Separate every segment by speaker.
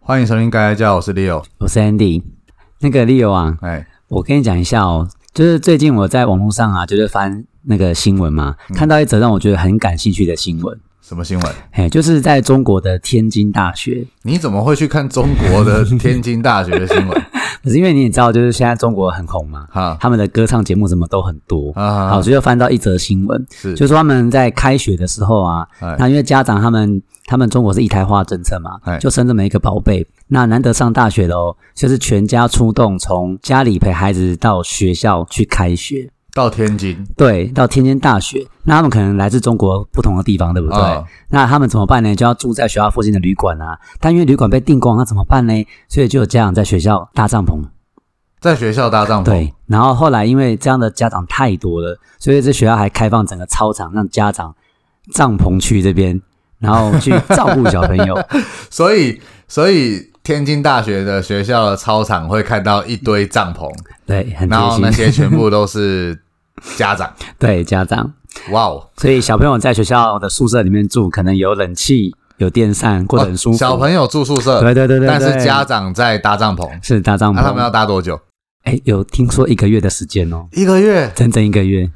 Speaker 1: 欢迎收听《盖盖叫》，我是 Leo。
Speaker 2: 我是 Andy。那个 Leo 啊，
Speaker 1: 哎，
Speaker 2: 我跟你讲一下哦，就是最近我在网络上啊，就是翻那个新闻嘛，看到一则让我觉得很感兴趣的新闻，
Speaker 1: 什么新闻？
Speaker 2: 哎，就是在中国的天津大学，
Speaker 1: 你怎么会去看中国的天津大学的新闻？
Speaker 2: 可是因为你也知道，就是现在中国很红嘛，
Speaker 1: 哈
Speaker 2: 他们的歌唱节目什么都很多，
Speaker 1: 啊，
Speaker 2: 好，所以就翻到一则新闻，
Speaker 1: 是
Speaker 2: 就说他们在开学的时候啊
Speaker 1: 哎，
Speaker 2: 那因为家长他们他们中国是一胎化政策嘛
Speaker 1: 哎，
Speaker 2: 就生这么一个宝贝，那难得上大学喽，就是全家出动，从家里陪孩子到学校去开学，
Speaker 1: 到天津，
Speaker 2: 对，到天津大学，那他们可能来自中国不同的地方，对不对？
Speaker 1: 啊
Speaker 2: 那他们怎么办呢？就要住在学校附近的旅馆啊，但因为旅馆被订光，那怎么办呢？所以就有家长在学校搭帐篷。
Speaker 1: 在学校搭帐篷，
Speaker 2: 对，然后后来因为这样的家长太多了，所以这学校还开放整个操场，让家长帐篷区这边，然后去照顾小朋 友。
Speaker 1: 所以所以天津大学的学校的操场会看到一堆帐篷，
Speaker 2: 对，很
Speaker 1: 然后那
Speaker 2: 贴心。
Speaker 1: 些全部都是家 长。
Speaker 2: 对，家长，
Speaker 1: 哇哦，
Speaker 2: 所以小朋友在学校的宿舍里面住，可能有冷气、有电扇，过得很舒服。
Speaker 1: 哦小朋友住宿舍，
Speaker 2: 对对对对对，
Speaker 1: 但是家长在搭帐篷，
Speaker 2: 是搭帐
Speaker 1: 那他们要
Speaker 2: 篷。
Speaker 1: 搭多久？
Speaker 2: 哎，有听说一个月的时间哦，
Speaker 1: 一个月。
Speaker 2: 整整一个月。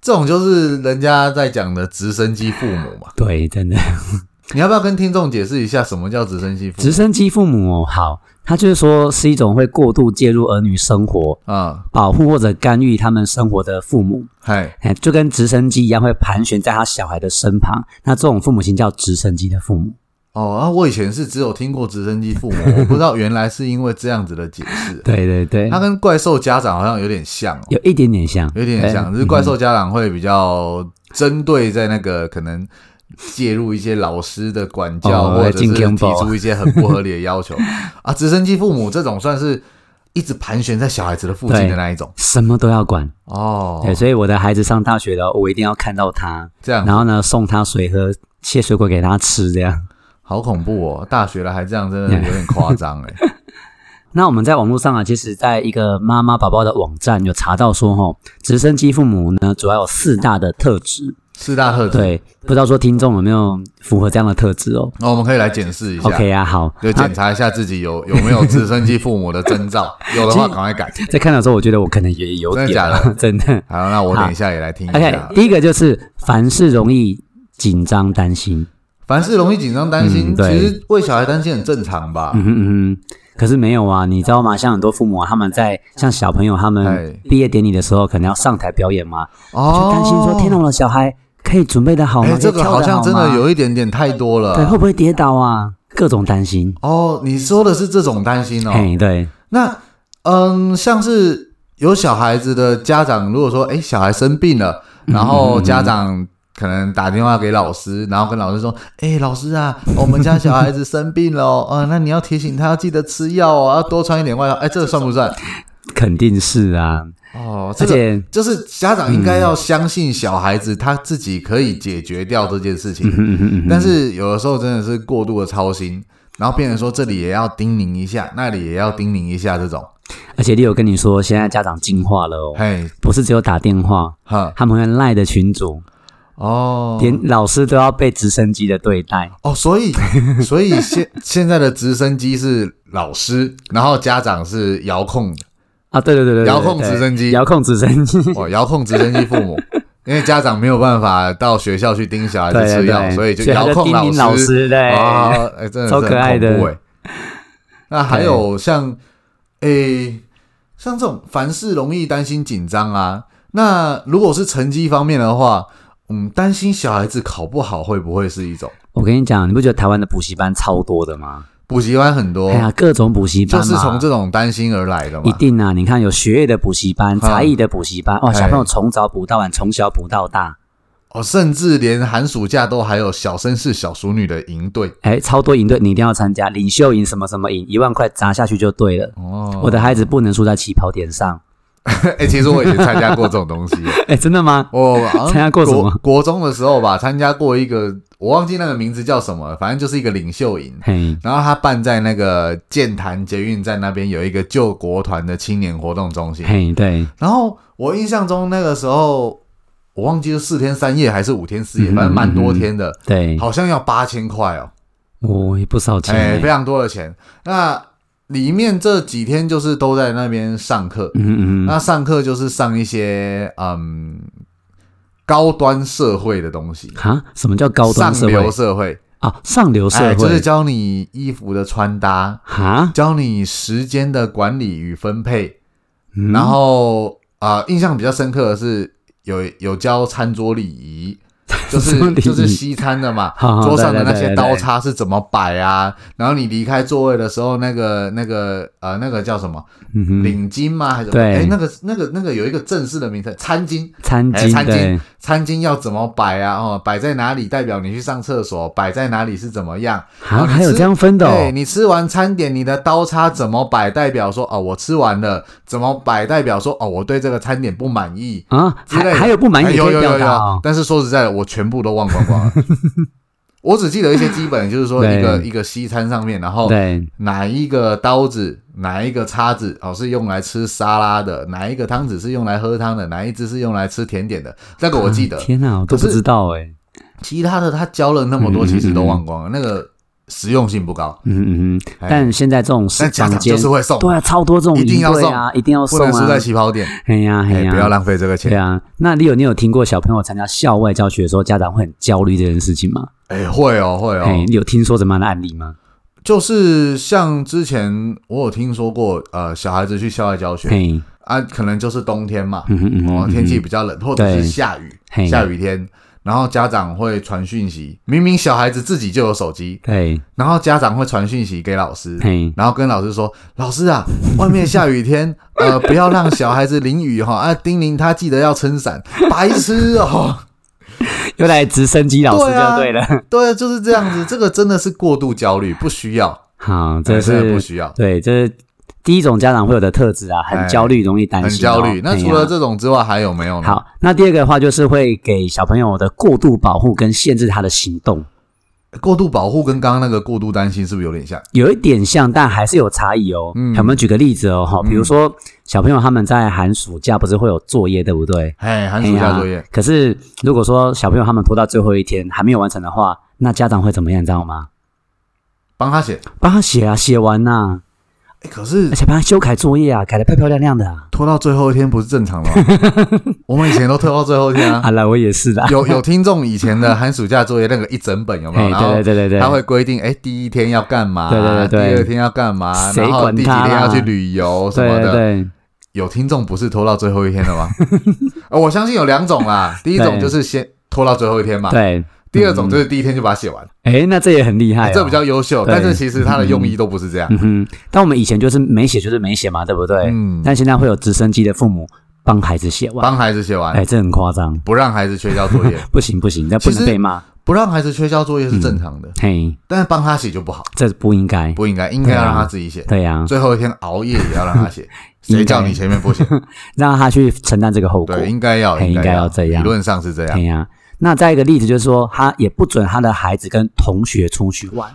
Speaker 1: 这种就是人家在讲的直升机父母嘛。
Speaker 2: 对，真的。
Speaker 1: 你要不要跟听众解释一下什么叫直升机父母？
Speaker 2: 直升机父母哦，好，他就是说是一种会过度介入儿女生活，
Speaker 1: 啊，
Speaker 2: 保护或者干预他们生活的父母。
Speaker 1: 嗨，
Speaker 2: 哎，就跟直升机一样，会盘旋在他小孩的身旁。那这种父母亲叫直升机的父母。
Speaker 1: 哦，啊，我以前是只有听过直升机父母，我不知 道原来是因为这样子的解释。
Speaker 2: 对对对
Speaker 1: 它，跟怪兽家长好像有点像、哦，
Speaker 2: 有一点点像，
Speaker 1: 有点像，
Speaker 2: 对
Speaker 1: 只是怪兽家长会比较针对在那个可能介入一些老师的管教，
Speaker 2: 哦
Speaker 1: 或者是
Speaker 2: 进
Speaker 1: 提
Speaker 2: Gamble
Speaker 1: 出一些很不合理的要 求啊。直升机父母这种算是一直盘旋在小孩子的附近的
Speaker 2: 对
Speaker 1: 那一种
Speaker 2: 什么都要管。
Speaker 1: 哦
Speaker 2: 对，，所以我的孩子上大学了，我一定要看到他，
Speaker 1: 这样
Speaker 2: 然后呢，送他水喝，切水果给他吃，这样。
Speaker 1: 好恐怖哦！大学了还这样，真的有点夸张哎。
Speaker 2: 那我们在网络上啊，其实在一个妈妈宝宝的网站有查到说，吼，直升机父母呢，主要有四大的特质。
Speaker 1: 四大特质，
Speaker 2: 对，不知道说听众有没有符合这样的特质哦
Speaker 1: 那我们可以来检视一下。
Speaker 2: ？OK 啊，好，
Speaker 1: 就检查一下自己有有没有直升机父母的征兆，有的话赶快改。
Speaker 2: 在看的时候，我觉得我可能也有
Speaker 1: 真的
Speaker 2: 点
Speaker 1: 假的
Speaker 2: 啊 真的。
Speaker 1: 好，那我等一下也来听一下
Speaker 2: OK，。第一个就是凡事容易紧张担心，
Speaker 1: 凡事容易紧张担心，
Speaker 2: 嗯对
Speaker 1: 其实为小孩担心很正常吧
Speaker 2: 嗯？哼嗯哼。可是没有啊，你知道吗？像很多父母啊、他们在像小朋友他
Speaker 1: 哎
Speaker 2: 们毕业典礼的时候，可能要上台表演嘛，就
Speaker 1: 哦，
Speaker 2: 担心说：天哪，我的小孩可以准备的好吗？
Speaker 1: 哎，这
Speaker 2: 可
Speaker 1: 个
Speaker 2: 以跳得
Speaker 1: 好像真的
Speaker 2: 吗
Speaker 1: 有一点点太多
Speaker 2: 对，会
Speaker 1: 了。
Speaker 2: 不会跌倒啊？各种担心。
Speaker 1: 哦，你说的是这种担心哦。
Speaker 2: 嘿，对，
Speaker 1: 那嗯，像是有小孩子的家长，如果说哎小孩生病了，
Speaker 2: 嗯
Speaker 1: 然后家长可能打电话给老师，然后跟老师说，哎老师啊，我们家小孩子生病了哦， 啊那你要提醒他要记得吃药哦，要多穿一点外套，哎这个算不 算？
Speaker 2: 肯定是啊。
Speaker 1: 哦，这
Speaker 2: 而
Speaker 1: 个
Speaker 2: 且，
Speaker 1: 就是家长应该要相信小孩子他自己可以解决掉这件事情，
Speaker 2: 嗯哼嗯哼
Speaker 1: 但是有的时候真的是过度的操心。然后变成说这里也要叮咛一下，那里也要叮咛一下，这种，
Speaker 2: 而且，你有跟你说，现在家长进化了哦，
Speaker 1: 嘿，
Speaker 2: 不是只有打电话，
Speaker 1: 哈，
Speaker 2: 他们会赖的群组，
Speaker 1: 哦，
Speaker 2: 连老师都要被直升机的对待。
Speaker 1: 哦，所以 所以现现在的直升机是老师，然后家长是遥控的，
Speaker 2: 啊，对对对对对，
Speaker 1: 遥控
Speaker 2: 对
Speaker 1: 直升机
Speaker 2: 遥控直升机，
Speaker 1: 哦，遥控直升机父母，因为家长没有办法到学校去盯小孩
Speaker 2: 对啊
Speaker 1: 子吃
Speaker 2: 对
Speaker 1: 药，
Speaker 2: 对，
Speaker 1: 所以就
Speaker 2: 他
Speaker 1: 遥控
Speaker 2: 叮咛老
Speaker 1: 师。
Speaker 2: 师，对，
Speaker 1: 哦，哎，真的是
Speaker 2: 超可爱的
Speaker 1: 很恐怖哎。那还有像，诶，像这种凡事容易担心紧张啊。那如果是成绩方面的话，嗯，担心小孩子考不好会不会是一种？
Speaker 2: 我跟你讲，你不觉得台湾的补习班超多的吗？
Speaker 1: 补习班很多，
Speaker 2: 哎呀，各种补习班
Speaker 1: 哦就
Speaker 2: 嘛
Speaker 1: 是从这种担心而来的嘛。
Speaker 2: 一定啊！你看有学业的补习班、才艺的补习班，哦，
Speaker 1: 啊哎
Speaker 2: 小朋友从早补到晚，从小补到大，
Speaker 1: 哦，甚至连寒暑假都还有小绅士、小淑女的营队
Speaker 2: 哎，超多营队你一定要参加，领袖营什么什么营，一万块砸下去就对了。
Speaker 1: 哦。
Speaker 2: 我的孩子不能输在起跑点上。
Speaker 1: 哎、其实我以前参加过这种东西，
Speaker 2: 哎，真的吗？
Speaker 1: 我好像
Speaker 2: 参加过什么
Speaker 1: 国国中的时候吧，参加过一个，我忘记那个名字叫什么了，反正就是一个领袖营。
Speaker 2: 嘿，
Speaker 1: 然后他办在那个建潭捷运站那边有一个救国团的青年活动中心。
Speaker 2: 嘿，对，
Speaker 1: 然后我印象中那个时候，我忘记是四天三夜还是五天四夜，
Speaker 2: 嗯哼
Speaker 1: 反正蛮多天的，
Speaker 2: 对，
Speaker 1: 好像要八千块哦。
Speaker 2: 我也不少钱
Speaker 1: 哎、
Speaker 2: 欸
Speaker 1: 非常多的钱。那里面这几天就是都在那边上课，
Speaker 2: 嗯嗯嗯，
Speaker 1: 那上课就是上一些嗯高端社会的东西，
Speaker 2: 哈，什么叫高端社
Speaker 1: 上
Speaker 2: 会
Speaker 1: 流社会，
Speaker 2: 啊？上流社
Speaker 1: 哎，
Speaker 2: 会
Speaker 1: 就是教你衣服的穿搭，
Speaker 2: 哈，
Speaker 1: 教你时间的管理与分配，
Speaker 2: 嗯
Speaker 1: 然后啊、呃印象比较深刻的是有有教餐桌礼仪。就
Speaker 2: 什么
Speaker 1: 是
Speaker 2: 礼仪
Speaker 1: 就是西餐的嘛，
Speaker 2: 好好
Speaker 1: 桌上的
Speaker 2: 对对
Speaker 1: 那些
Speaker 2: 对对
Speaker 1: 刀叉是怎么摆啊？然后你离开座位的时候，那个那个呃那个叫什么
Speaker 2: 嗯哼，
Speaker 1: 领巾吗？还是什么？
Speaker 2: 对
Speaker 1: 哎，那个那个那个有一个正式的名称，餐巾。
Speaker 2: 餐
Speaker 1: 哎
Speaker 2: 巾
Speaker 1: 餐巾
Speaker 2: 对，
Speaker 1: 餐巾要怎么摆啊？哦，摆在哪里代表你去上厕所，摆在哪里是怎么样？
Speaker 2: 哈，
Speaker 1: 哦你
Speaker 2: 还有
Speaker 1: 吃
Speaker 2: 这样分的
Speaker 1: 对
Speaker 2: 哦，
Speaker 1: 你吃完餐点，你的刀叉怎么摆，代表说哦，我吃完了；怎么摆，代表说哦，我对这个餐点不满意。
Speaker 2: 啊，
Speaker 1: 之类
Speaker 2: 还
Speaker 1: 的
Speaker 2: 还有不满
Speaker 1: 哎
Speaker 2: 意
Speaker 1: 有
Speaker 2: 可以
Speaker 1: 有有
Speaker 2: 表达
Speaker 1: 有
Speaker 2: 哦，，
Speaker 1: 但是说实在的，我全部都忘光光了。 我只记得一些基本，就是说
Speaker 2: 对
Speaker 1: 一个一个西餐上面，然后
Speaker 2: 对，
Speaker 1: 哪一个刀子、哪一个叉子哦是用来吃沙拉的，哪一个汤匙是用来喝汤的，哪一只是用来吃甜点的，那个我记得。
Speaker 2: 啊天哪，我
Speaker 1: 可
Speaker 2: 都
Speaker 1: 是
Speaker 2: 不知道哎，
Speaker 1: 其他的他教了那么多，
Speaker 2: 嗯
Speaker 1: 其实都忘光了，那个实用性不高。
Speaker 2: 嗯嗯嗯，
Speaker 1: 哎
Speaker 2: 但现在这种
Speaker 1: 但家
Speaker 2: 房
Speaker 1: 长
Speaker 2: 间
Speaker 1: 就是会送，
Speaker 2: 对啊，超多这种
Speaker 1: 一定要
Speaker 2: 对啊，
Speaker 1: 送
Speaker 2: 一定要
Speaker 1: 不
Speaker 2: 送
Speaker 1: 能输在
Speaker 2: 啊，
Speaker 1: 起跑点，
Speaker 2: 哎呀哎
Speaker 1: 哎，
Speaker 2: 呀，
Speaker 1: 不要浪费这个
Speaker 2: 对
Speaker 1: 钱。
Speaker 2: 啊，那你有你有听过小朋友参加校外教学的时候，家长会很焦虑这件事情吗？
Speaker 1: 哎，会哦，会
Speaker 2: 哎、
Speaker 1: 哦，
Speaker 2: 你有听说怎么样的案例吗？
Speaker 1: 就是像之前我有听说过，呃，小孩子去校外教学
Speaker 2: 嘿，
Speaker 1: 啊，可能就是冬天嘛，
Speaker 2: 嗯哼嗯哼
Speaker 1: 哦，
Speaker 2: 嗯
Speaker 1: 天气比较冷，或者
Speaker 2: 对
Speaker 1: 是下雨
Speaker 2: 嘿，
Speaker 1: 下雨天，然后家长会传讯息，明明小孩子自己就有手机，
Speaker 2: 对，
Speaker 1: 然后家长会传讯息给老师，
Speaker 2: 嘿，
Speaker 1: 然后跟老师说：“老师啊，外面下雨天，呃，不要让小孩子淋雨哈、啊，叮咛他记得要撑伞。”白痴哦，
Speaker 2: 又来直升机老师
Speaker 1: 对啊
Speaker 2: 就对了。
Speaker 1: 对，就是这样子，这个真的是过度焦虑，不需要，
Speaker 2: 好，
Speaker 1: 哎
Speaker 2: 这
Speaker 1: 真的不
Speaker 2: 是
Speaker 1: 需要，
Speaker 2: 对，这是第一种家长会有的特质啊，很
Speaker 1: 哎
Speaker 2: 焦虑，容易担
Speaker 1: 很
Speaker 2: 心哦、
Speaker 1: 焦虑。那除
Speaker 2: 嘿
Speaker 1: 了
Speaker 2: 啊
Speaker 1: 这种之外，还有没有呢？
Speaker 2: 好，那第二个的话就是会给小朋友的过度保护跟限制他的行动，
Speaker 1: 过度保护跟刚刚那个过度担心是不是有点像？
Speaker 2: 有一点像，但还是有差异哦。
Speaker 1: 嗯
Speaker 2: 我们举个例子哦，哈，比如说小朋友他们在寒暑假不是会有作业，对不对？
Speaker 1: 哎，寒
Speaker 2: 哎
Speaker 1: 暑
Speaker 2: 呀，
Speaker 1: 假作业，
Speaker 2: 可是如果说小朋友他们拖到最后一天还没有完成的话，那家长会怎么样，你知道吗？
Speaker 1: 帮他写。
Speaker 2: 帮他写啊，写完呐、
Speaker 1: 哎可是
Speaker 2: 而且帮他修改作业啊，改得漂漂亮亮的啊。
Speaker 1: 拖到最后一天不是正 常的吗？我们以前都拖到最后一天啊
Speaker 2: 好。了，我也是的。
Speaker 1: 有有听众以前的寒暑假作业那个一整本有没有？
Speaker 2: 哎，
Speaker 1: 然后
Speaker 2: 对对对对对，
Speaker 1: 他会规定，哎，第一天要干嘛？
Speaker 2: 对对对对
Speaker 1: 第二天要干嘛？
Speaker 2: 谁
Speaker 1: 然后
Speaker 2: 管
Speaker 1: 第几
Speaker 2: 他
Speaker 1: 天要
Speaker 2: 啦
Speaker 1: 去旅游什么
Speaker 2: 对
Speaker 1: 的。
Speaker 2: 对对，
Speaker 1: 有听众不是拖到最后一天 的吗？呃我相信有两种啦，第一种
Speaker 2: 对
Speaker 1: 就是先拖到最后一天嘛，
Speaker 2: 对。嗯
Speaker 1: 第二种就是第一天就把它写完，
Speaker 2: 哎，那这也很厉害、哦，
Speaker 1: 这比较优秀。
Speaker 2: 对
Speaker 1: 但是其实它的用意都不是这样。
Speaker 2: 嗯哼。但我们以前就是没写就是没写嘛，对不对？
Speaker 1: 嗯，
Speaker 2: 但现在会有直升机的父母帮孩子写完，
Speaker 1: 帮孩子写完，
Speaker 2: 哎，这很夸张，
Speaker 1: 不让孩子缺交 作业，
Speaker 2: 不行不行，那不
Speaker 1: 其实
Speaker 2: 能被骂。
Speaker 1: 不让孩子缺交作业是正常的，
Speaker 2: 嘿，
Speaker 1: 但是帮他写就不好，
Speaker 2: 这不应该。
Speaker 1: 不应该，应该
Speaker 2: 对啊
Speaker 1: 要让他自己写。
Speaker 2: 对呀、
Speaker 1: 最后一天熬夜也要让他写，
Speaker 2: 应该
Speaker 1: 谁叫你前面不写？
Speaker 2: 让他去承担这个后果。
Speaker 1: 对，应啊该要，
Speaker 2: 嘿应该要这样
Speaker 1: 理论上是这样
Speaker 2: 对。呀、那再一个例子就是说，他也不准他的孩子跟同学出去玩。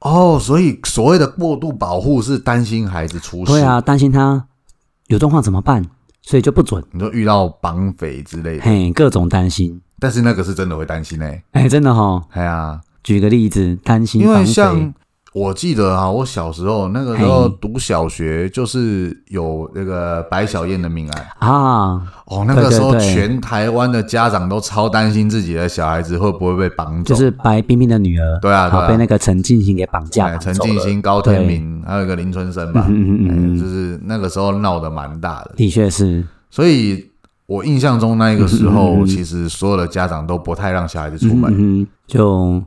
Speaker 1: 哦，所以所谓的过度保护是担心孩子出事，
Speaker 2: 对啊，担心他有状况怎么办，所以就不准。
Speaker 1: 你说遇到绑匪之类的，
Speaker 2: 嘿，各种担心。
Speaker 1: 但是那个是真的会担心嘞、欸
Speaker 2: 哎，真的哈、
Speaker 1: 哎呀，
Speaker 2: 举个例子，担心
Speaker 1: 因为
Speaker 2: 绑匪
Speaker 1: 像我记得啊，我小时候那个时候读小学，就是有那个白小燕的命案
Speaker 2: 啊，
Speaker 1: 哦，那个时候
Speaker 2: 对对对
Speaker 1: 全台湾的家长都超担心自己的小孩子会不会被绑走，
Speaker 2: 就是白冰冰的女儿，
Speaker 1: 对啊对啊
Speaker 2: 好被那个陈进兴给绑架
Speaker 1: 哎，
Speaker 2: 绑
Speaker 1: 陈
Speaker 2: 走
Speaker 1: 静
Speaker 2: 了。
Speaker 1: 心、高天明，还有一个林春生吧，
Speaker 2: 嗯嗯嗯
Speaker 1: 哎
Speaker 2: 嗯
Speaker 1: 就是那个时候闹得蛮大的，
Speaker 2: 的确是，
Speaker 1: 所以我印象中那一个时
Speaker 2: 嗯嗯嗯
Speaker 1: 候，
Speaker 2: 嗯
Speaker 1: 其实所有的家长都不太让小孩子出
Speaker 2: 嗯
Speaker 1: 门，
Speaker 2: 嗯，嗯就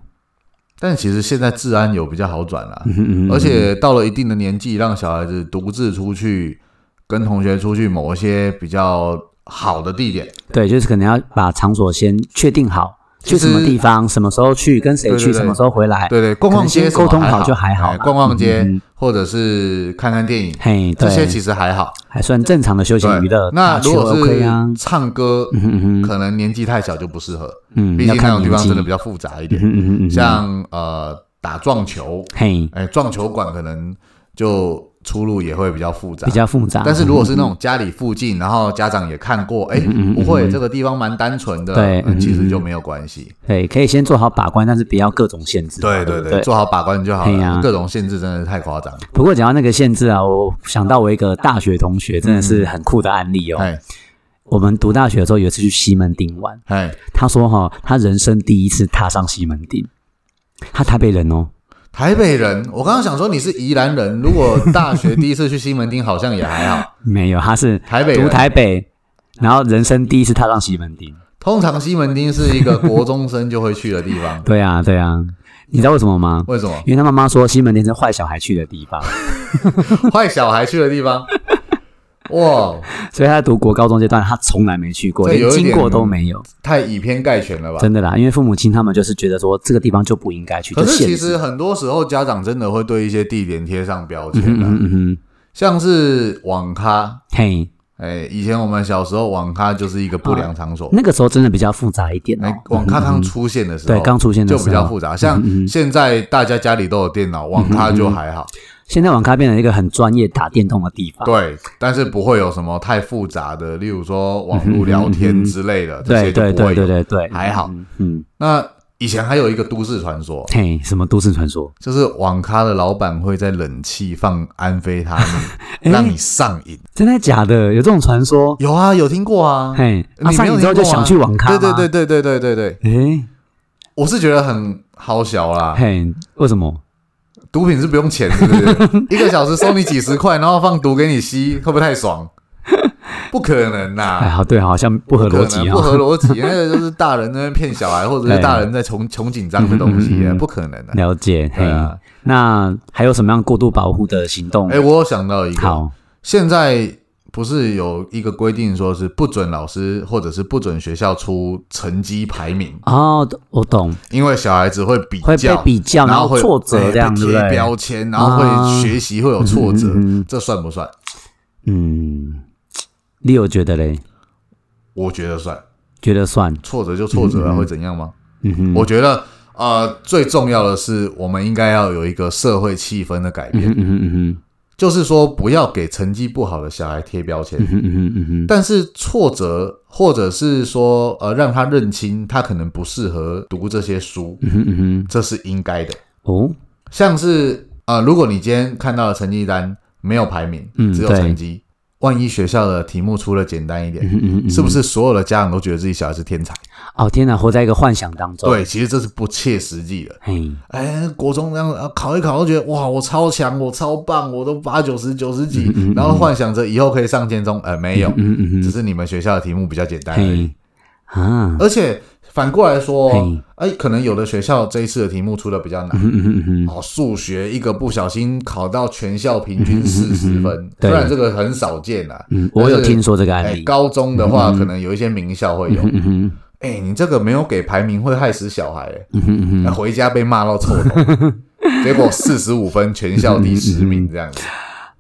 Speaker 1: 但其实现在治安有比较好转啦，
Speaker 2: 嗯嗯嗯，
Speaker 1: 而且到了一定的年纪，让小孩子独自出去跟同学出去某一些比较好的地点，
Speaker 2: 对，就是可能要把场所先确定好，去
Speaker 1: 其
Speaker 2: 什
Speaker 1: 实
Speaker 2: 么地方，什么时候去，跟谁
Speaker 1: 对对
Speaker 2: 去，
Speaker 1: 对
Speaker 2: 什么时候回来，
Speaker 1: 对对，逛逛街
Speaker 2: 哎可能先
Speaker 1: 什么
Speaker 2: 沟通
Speaker 1: 还
Speaker 2: 好就还好
Speaker 1: 哎
Speaker 2: 啦
Speaker 1: 逛逛街
Speaker 2: 嗯嗯
Speaker 1: 或者是看看电影，
Speaker 2: 嘿，
Speaker 1: 这
Speaker 2: 对
Speaker 1: 些其实还好。
Speaker 2: 还算正常的休闲
Speaker 1: 对
Speaker 2: 娱乐，，
Speaker 1: 那
Speaker 2: 打球
Speaker 1: 如果
Speaker 2: OK
Speaker 1: 是
Speaker 2: 啊，
Speaker 1: 唱歌，
Speaker 2: 嗯嗯嗯
Speaker 1: 可能年纪太小就不适合，
Speaker 2: 嗯，
Speaker 1: 毕
Speaker 2: 要
Speaker 1: 竟
Speaker 2: 看
Speaker 1: 那种地
Speaker 2: 年
Speaker 1: 方
Speaker 2: 纪
Speaker 1: 真的比较复杂一点。
Speaker 2: 嗯嗯嗯嗯，
Speaker 1: 像呃打撞球，
Speaker 2: 嘿，
Speaker 1: 哎，撞球馆可能就出入也会比较复杂
Speaker 2: 比。较复杂。
Speaker 1: 但是如果是那种家里附近，然后家长也看过，哎，不会，这个地方蛮单纯的，
Speaker 2: 对
Speaker 1: 嗯
Speaker 2: 嗯
Speaker 1: 其实就没有关系。
Speaker 2: 对，可以先做好把关，但是不要各种限制嘛。
Speaker 1: 对对
Speaker 2: 不
Speaker 1: 对，做好把关就好
Speaker 2: 嘿
Speaker 1: 了
Speaker 2: 呀，
Speaker 1: 各种限制真的是太夸张。
Speaker 2: 不过讲到那个限制啊，我想到我一个大学同学，真的是很酷的案例哦。
Speaker 1: 哎
Speaker 2: 我们读大学的时候有一次去西门町玩，
Speaker 1: 哎，
Speaker 2: 他说哈、他人生第一次踏上西门町，他台北人哦，
Speaker 1: 台北人，我刚刚想说你是宜兰人，如果大学第一次去西门町，好像也还 好。
Speaker 2: 没有，他是
Speaker 1: 台北人
Speaker 2: 读台北，然后人生第一次踏上西门町。，
Speaker 1: 通常西门町是一个国中生就会去的地方
Speaker 2: 对啊，对啊，你知道为什么吗？
Speaker 1: 为什么？
Speaker 2: 因为他妈妈说西门町是坏小孩去的地 方，
Speaker 1: 坏小孩去的地方，哇，
Speaker 2: 所以他读国高中阶段他从来没去过，
Speaker 1: 这有
Speaker 2: 连
Speaker 1: 一
Speaker 2: 经
Speaker 1: 点
Speaker 2: 过都没有。
Speaker 1: 太以偏概全了吧？
Speaker 2: 真的啦，因为父母亲他们就是觉得说这个地方就不应该去，
Speaker 1: 可
Speaker 2: 就是限
Speaker 1: 其
Speaker 2: 制。
Speaker 1: 实很多时候家长真的会对一些地点贴上标签
Speaker 2: 嗯
Speaker 1: 的、
Speaker 2: 嗯嗯哼，
Speaker 1: 像是网咖，
Speaker 2: 嘿，
Speaker 1: 哎、以前我们小时候网咖就是一个不良场所。
Speaker 2: 那个时候真的比较复杂一点
Speaker 1: 哎
Speaker 2: 哦。
Speaker 1: 网咖刚出现的时候，
Speaker 2: 嗯对刚出现的
Speaker 1: 就
Speaker 2: 时候嗯
Speaker 1: 比较复杂。像现在大家家里都有电脑，网咖就还
Speaker 2: 嗯
Speaker 1: 好。
Speaker 2: 现在网咖变成一个很专业打电动的地方，
Speaker 1: 对，但是不会有什么太复杂的，例如说网络聊天之类的，这
Speaker 2: 对
Speaker 1: 些就
Speaker 2: 对
Speaker 1: 不会
Speaker 2: 对
Speaker 1: 有
Speaker 2: 对对对，
Speaker 1: 还好。
Speaker 2: 嗯嗯，
Speaker 1: 那以前还有一个都市传说，
Speaker 2: 嘿，什么都市传说？
Speaker 1: 就是网咖的老板会在冷气放安非 他命，让你上瘾。
Speaker 2: 真的假的？有这种传说？
Speaker 1: 有啊，有听过啊。
Speaker 2: 嘿，啊，
Speaker 1: 你
Speaker 2: 上
Speaker 1: 没有
Speaker 2: 瘾之后就
Speaker 1: 听过吗
Speaker 2: 想去网咖
Speaker 1: 对
Speaker 2: 吗？
Speaker 1: 对对对对对对对，
Speaker 2: 对，
Speaker 1: 我是觉得很好小啦
Speaker 2: 哎，。嘿，为什么？
Speaker 1: 毒品是不用钱，是不是？ 一个小时收你几十块，然后放毒给你吸，会不会太 爽？不可能呐、
Speaker 2: 哎，好，对，好像不合
Speaker 1: 啊不可
Speaker 2: 逻辑
Speaker 1: 能，不
Speaker 2: 啊。
Speaker 1: 合逻辑，那个就是大人在那边骗小孩， 或者是
Speaker 2: 对
Speaker 1: 大人在穷穷紧张的东西
Speaker 2: 嗯嗯，嗯
Speaker 1: 不可能的。
Speaker 2: 了解，嘿
Speaker 1: 对啊，
Speaker 2: 那还有什么样过度保护的行动？
Speaker 1: 哎，我有想到一个，
Speaker 2: 好，
Speaker 1: 现在不是有一个规定，说是不准老师或者是不准学校出成绩排名，
Speaker 2: 哦，我懂，
Speaker 1: 因为小孩子会比
Speaker 2: 会被
Speaker 1: 较，
Speaker 2: 比较，
Speaker 1: 然
Speaker 2: 然后
Speaker 1: 会
Speaker 2: 挫折
Speaker 1: 哎
Speaker 2: 这样，
Speaker 1: 被
Speaker 2: 对不
Speaker 1: 贴
Speaker 2: 对？
Speaker 1: 标签，然后会
Speaker 2: 啊
Speaker 1: 学习会有挫折
Speaker 2: 嗯嗯嗯，
Speaker 1: 这算不算？
Speaker 2: 嗯，你有觉得嘞？
Speaker 1: 我觉得算，
Speaker 2: 觉得算，
Speaker 1: 挫折就挫折啊了，会怎样吗？
Speaker 2: 嗯哼，
Speaker 1: 我觉得。呃，最重要的是，我们应该要有一个社会气氛的改
Speaker 2: 嗯
Speaker 1: 变。
Speaker 2: 哼嗯哼嗯哼
Speaker 1: 就是说不要给成绩不好的小孩贴标签，
Speaker 2: 嗯哼嗯哼嗯哼，
Speaker 1: 但是挫折或者是说呃让他认清他可能不适合读这些书，
Speaker 2: 嗯哼嗯哼，
Speaker 1: 这是应该的。
Speaker 2: 哦，
Speaker 1: 像是呃，如果你今天看到了成绩单没有排名，
Speaker 2: 嗯
Speaker 1: 只有
Speaker 2: 对
Speaker 1: 成绩，万一学校的题目出的简单一
Speaker 2: 嗯
Speaker 1: 点，
Speaker 2: 哼嗯哼嗯
Speaker 1: 是
Speaker 2: 哼，
Speaker 1: 不是所有的家长都觉得自己小孩是天才？
Speaker 2: 哦，天哪，活在一个幻想当中，，
Speaker 1: 对，其实这是不切实际的。
Speaker 2: 嘿，
Speaker 1: 哎，国中这样啊考一考，都觉得哇，我超强，我超棒，我都八九十、九十几，然后幻想着以后可以上建中，呃，没有，
Speaker 2: 嗯嗯
Speaker 1: 只是你们学校的题目比较简单而已。
Speaker 2: 嘿，啊，
Speaker 1: 而且反过来说
Speaker 2: 嘿，
Speaker 1: 哎，可能有的学校这一次的题目出的比较难，
Speaker 2: 嗯哼嗯哼嗯哼，
Speaker 1: 哦，数学一个不小心考到全校平均四
Speaker 2: 嗯
Speaker 1: 十分，虽
Speaker 2: 对
Speaker 1: 然这个很少见啊。
Speaker 2: 嗯，我有
Speaker 1: 但是
Speaker 2: 听说这个案
Speaker 1: 哎，
Speaker 2: 例，
Speaker 1: 高中的话，可能有一些名校会有。
Speaker 2: 嗯哼
Speaker 1: 哎，你这个没有给排名，会害死小孩。哎
Speaker 2: 嗯哼嗯哼。
Speaker 1: 那回家被骂到臭头， 结果四十五分全校第十名这样子。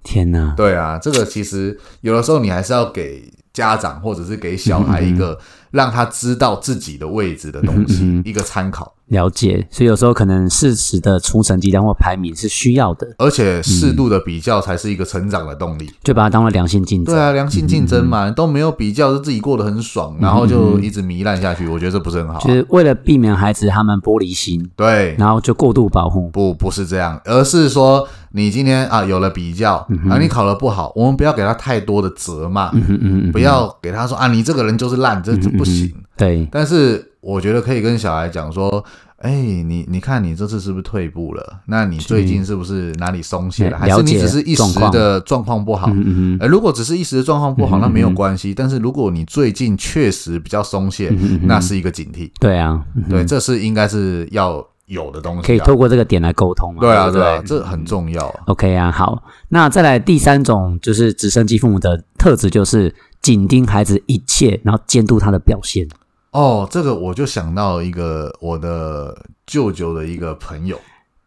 Speaker 2: 天呐，
Speaker 1: 对啊，这个其实有的时候你还是要给家长或者是给小孩一个让他知道自己的位置的东西，一个参考。
Speaker 2: 了解。所以有时候可能适时的出成绩单或排名是需要的，
Speaker 1: 而且适度的比较才是一个成长的动力。
Speaker 2: 就把它当做良性竞争。
Speaker 1: 对啊，良性竞争嘛，都没有比较，就自己过得很爽，然后就一直糜烂下去，我觉得这不是很好啊。
Speaker 2: 就是为了避免孩子他们玻璃心，
Speaker 1: 对，
Speaker 2: 然后就过度保护。
Speaker 1: 不不是这样，而是说你今天啊有了比较，啊你考得不好，我们不要给他太多的责骂，
Speaker 2: 嗯嗯嗯，
Speaker 1: 不要给他说啊，你这个人就是烂，这这不行。
Speaker 2: 对，
Speaker 1: 但是我觉得可以跟小孩讲说，哎、你你看你这次是不是退步了？那你最近是不是哪里松懈了？
Speaker 2: 嗯
Speaker 1: 还是
Speaker 2: 了
Speaker 1: 你
Speaker 2: 解
Speaker 1: 只是一时的状况不好？
Speaker 2: 嗯嗯
Speaker 1: 呃，如果只是一时的状况不好，那没有关系。但是如果你最近确实比较松
Speaker 2: 嗯
Speaker 1: 懈，那是一个警惕。
Speaker 2: 对啊，嗯
Speaker 1: 对，这是应该是要有的东
Speaker 2: 可以
Speaker 1: 西、啊。
Speaker 2: 透过这个点来沟通嘛。
Speaker 1: 对啊，
Speaker 2: 不嗯
Speaker 1: 对啊，这很重要啊。
Speaker 2: OK 啊，好，那再来第三种就是直升机父母的特质，就是紧盯孩子一切，然后监督他的表现。
Speaker 1: 哦，这个我就想到一个我的舅舅的一个朋友，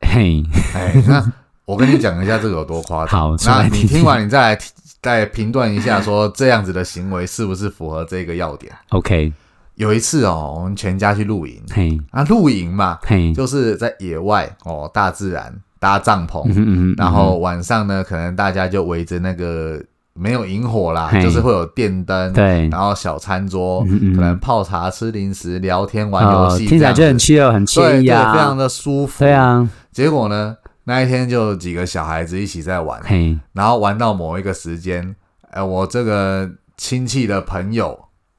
Speaker 2: 嘿，
Speaker 1: 哎，那我跟你讲一下这个有多夸张。
Speaker 2: 好说
Speaker 1: 那
Speaker 2: 来
Speaker 1: 你
Speaker 2: 听听
Speaker 1: 听完，你再来再评断一下， 说这样子的行为是不是符合这个要点？
Speaker 2: ，OK，
Speaker 1: 有一次哦，我们全家去露营
Speaker 2: 嘿，
Speaker 1: 啊，露营嘛，
Speaker 2: 嘿，嗯
Speaker 1: 就是在野外哦，大自然搭帐篷，
Speaker 2: 嗯哼嗯哼，
Speaker 1: 然后晚上呢，可能大家就围着那个没有萤火啦，
Speaker 2: 嘿
Speaker 1: 就是会有电灯，
Speaker 2: 对
Speaker 1: 然后小餐桌，
Speaker 2: 嗯嗯嗯
Speaker 1: 可能泡茶、吃零食、聊天、玩游
Speaker 2: 呃，
Speaker 1: 戏，
Speaker 2: 听起来
Speaker 1: 这
Speaker 2: 就
Speaker 1: 样
Speaker 2: 很
Speaker 1: 子
Speaker 2: chill，很惬
Speaker 1: 对
Speaker 2: 意
Speaker 1: 对，
Speaker 2: 啊，
Speaker 1: 非常的舒服。
Speaker 2: 对，啊，
Speaker 1: 结果呢，那一天就有几个小孩子一起在玩，
Speaker 2: 嘿，
Speaker 1: 然后玩到某一个时间，呃，我这个亲戚的朋友，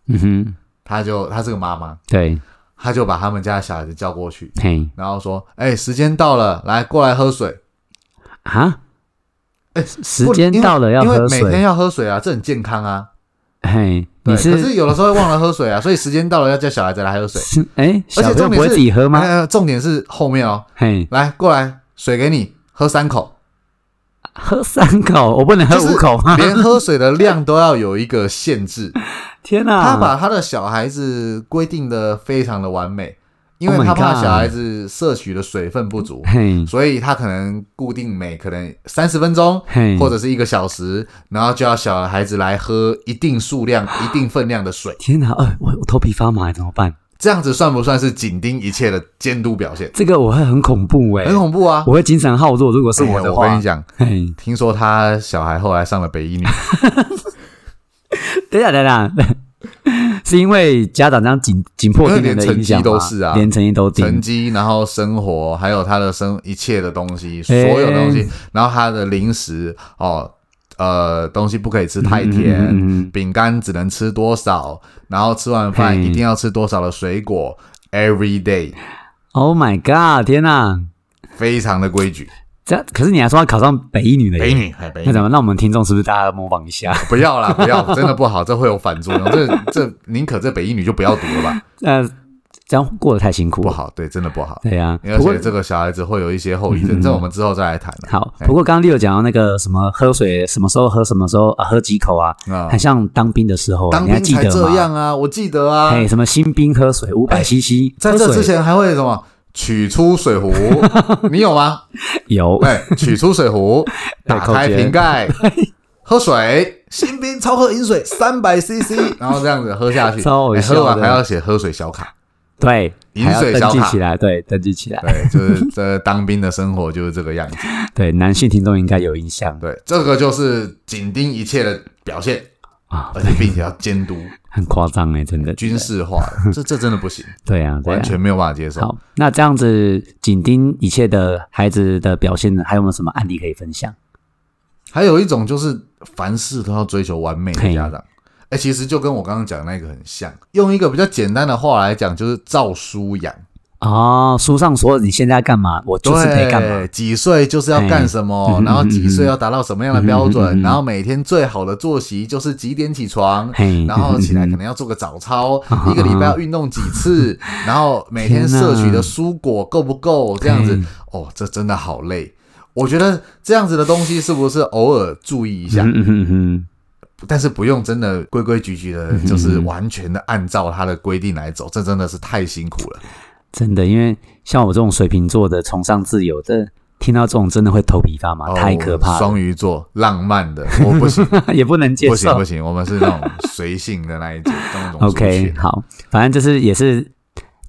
Speaker 2: 嗯哼，
Speaker 1: 他就他是个妈妈，
Speaker 2: 对，
Speaker 1: 他就把他们家的小孩子叫过去，
Speaker 2: 嘿，
Speaker 1: 然后说：“哎、时间到了，来过来喝水。
Speaker 2: 啊，
Speaker 1: 哎
Speaker 2: 时
Speaker 1: 不
Speaker 2: 间
Speaker 1: 因为
Speaker 2: 到了要
Speaker 1: 因为
Speaker 2: 喝
Speaker 1: 每天
Speaker 2: 水，
Speaker 1: 要喝水啊，这很健康啊。
Speaker 2: 嘿，
Speaker 1: 对
Speaker 2: 你
Speaker 1: 可是有的时候会忘了喝水啊， 所以时间到了要叫小孩子来喝水。
Speaker 2: 是哎，
Speaker 1: 而
Speaker 2: 小
Speaker 1: 且
Speaker 2: 朋友
Speaker 1: 重
Speaker 2: 不
Speaker 1: 点
Speaker 2: 会
Speaker 1: 是
Speaker 2: 自己喝吗？
Speaker 1: 呃重点是后面哦，
Speaker 2: 嘿，
Speaker 1: 来过来，水给你喝三 口，
Speaker 2: 喝三口，我不能喝
Speaker 1: 就是
Speaker 2: 五口吗？
Speaker 1: 连喝水的量都要有一个限制。
Speaker 2: 天啊哪，
Speaker 1: 他把他的小孩子规定的非常的完美，因为
Speaker 2: Oh my
Speaker 1: 他怕
Speaker 2: God 嗯
Speaker 1: 小孩子摄取的水分不足，
Speaker 2: 嘿，
Speaker 1: 所以他可能固定每可能三十分钟
Speaker 2: 嘿，
Speaker 1: 或者是一个小时，然后就要小孩子来喝一定数 量、一定分量的水，
Speaker 2: 天哪，哎，我我头皮发麻，怎么办？
Speaker 1: 这样子算不算是紧盯一切的监督表现？
Speaker 2: 这个我会很恐怖哎
Speaker 1: 很，恐怖啊！
Speaker 2: 我会精神耗弱，如果是我
Speaker 1: 哎
Speaker 2: 的
Speaker 1: 我跟
Speaker 2: 话
Speaker 1: 你，讲，
Speaker 2: 嘿。
Speaker 1: 听说他小孩后来上了北医女，
Speaker 2: 等一下，等一下， 是因为家长这样紧紧迫盯人的影响吗
Speaker 1: 因为连成绩都是啊
Speaker 2: 连成绩都盯
Speaker 1: 成。绩，然后生活，还有他的生一切的东西，所
Speaker 2: 哎
Speaker 1: 有东西，然后他的零食哦，呃，东西不可以吃太
Speaker 2: 嗯嗯嗯
Speaker 1: 甜
Speaker 2: 嗯，
Speaker 1: 饼干只能吃多少，然后吃完饭
Speaker 2: 嘿
Speaker 1: 一定要吃多少的水果，every day，
Speaker 2: Oh my god！天哪，
Speaker 1: 非常的规矩。
Speaker 2: 这样可是你还说要考上北一女的
Speaker 1: 北
Speaker 2: 耶？
Speaker 1: 女，哎北
Speaker 2: 那
Speaker 1: 女
Speaker 2: 怎，么？那我们听众是不是大家模仿一下？
Speaker 1: 不要啦，不要，真的不好，这会有反作用。这这宁可这北一女就不要读了吧，
Speaker 2: 呃，这样过得太辛苦
Speaker 1: 不
Speaker 2: 了。
Speaker 1: 好，对，真的不好。
Speaker 2: 对啊呀、
Speaker 1: 而
Speaker 2: 不过嗯
Speaker 1: 且这个小孩子会有一些后遗症，这我们之后再来谈啊了。
Speaker 2: 好，不过刚刚六讲到那个什么喝水，什么时候喝，什么时候、啊、喝几口啊，
Speaker 1: 啊
Speaker 2: 很像当兵的时候、啊，
Speaker 1: 当
Speaker 2: 你还
Speaker 1: 兵
Speaker 2: 记
Speaker 1: 才
Speaker 2: 得
Speaker 1: 这
Speaker 2: 吗？
Speaker 1: 样啊，我记得啊。
Speaker 2: 嘿，什么新兵喝水五百
Speaker 1: 哎
Speaker 2: CC，
Speaker 1: 在这之前还会什么取出水 壶，你有吗？
Speaker 2: 有
Speaker 1: 对，取出水 壶，
Speaker 2: 对
Speaker 1: 打开
Speaker 2: 口诀
Speaker 1: 瓶 盖，喝水。新兵超喝饮水三百 CC，然后这样子喝下去，
Speaker 2: 超好
Speaker 1: 哎
Speaker 2: 笑
Speaker 1: 喝完
Speaker 2: 的
Speaker 1: 还要写喝水小卡。
Speaker 2: 对，
Speaker 1: 饮
Speaker 2: 还要
Speaker 1: 水
Speaker 2: 登
Speaker 1: 小
Speaker 2: 记
Speaker 1: 卡
Speaker 2: 起来，对，登记起来，
Speaker 1: 对，哎就是这当兵的生活就是这个样子。
Speaker 2: 对，男性听众应该有印象。
Speaker 1: 对，这个就是紧盯一切的表现
Speaker 2: 啊
Speaker 1: 而且并且要监督
Speaker 2: 很夸张哎，真的
Speaker 1: 军事化，这这真的不行，
Speaker 2: 对啊，对啊
Speaker 1: 完全没有办法接受。
Speaker 2: 好。那这样子紧盯一切的孩子的表现呢，还有没有什么案例可以分享？
Speaker 1: 还有一种就是凡事都要追求完美的
Speaker 2: 嘿
Speaker 1: 家长，哎、其实就跟我刚刚讲的那个很像。用一个比较简单的话来讲，就是照书养，
Speaker 2: 哦，书上说你现在干嘛，我就是得干嘛
Speaker 1: 对，。几岁就是要干什么，
Speaker 2: 嘿嗯
Speaker 1: 然后几岁要达到什么样的标准，
Speaker 2: 嗯嗯嗯嗯嗯
Speaker 1: 然后每天最好的作息就是几点起床。
Speaker 2: 嘿，
Speaker 1: 然后起来
Speaker 2: 嗯
Speaker 1: 可能要做个早操，一个礼拜要运动几次，然后每天摄取的蔬果够不够？这样子
Speaker 2: 嘿，
Speaker 1: 哦，这真的好累。我觉得这样子的东西是不是偶尔注意一下？
Speaker 2: 嗯嗯嗯嗯，
Speaker 1: 但是不用真的规规矩矩的，就是完全的按照他的规定来走，这真的是太辛苦了。
Speaker 2: 真的，因为像我这种水瓶座的，崇尚自由的，听到这种真的会头皮发麻，啊太可怕
Speaker 1: 哦
Speaker 2: 了，
Speaker 1: 双鱼座浪漫的， 我不行，
Speaker 2: 也不 能接
Speaker 1: 不行，
Speaker 2: 受
Speaker 1: 不。行，我们是那种随性的那一种，那种族
Speaker 2: OK，
Speaker 1: 群
Speaker 2: 好，反正就是也是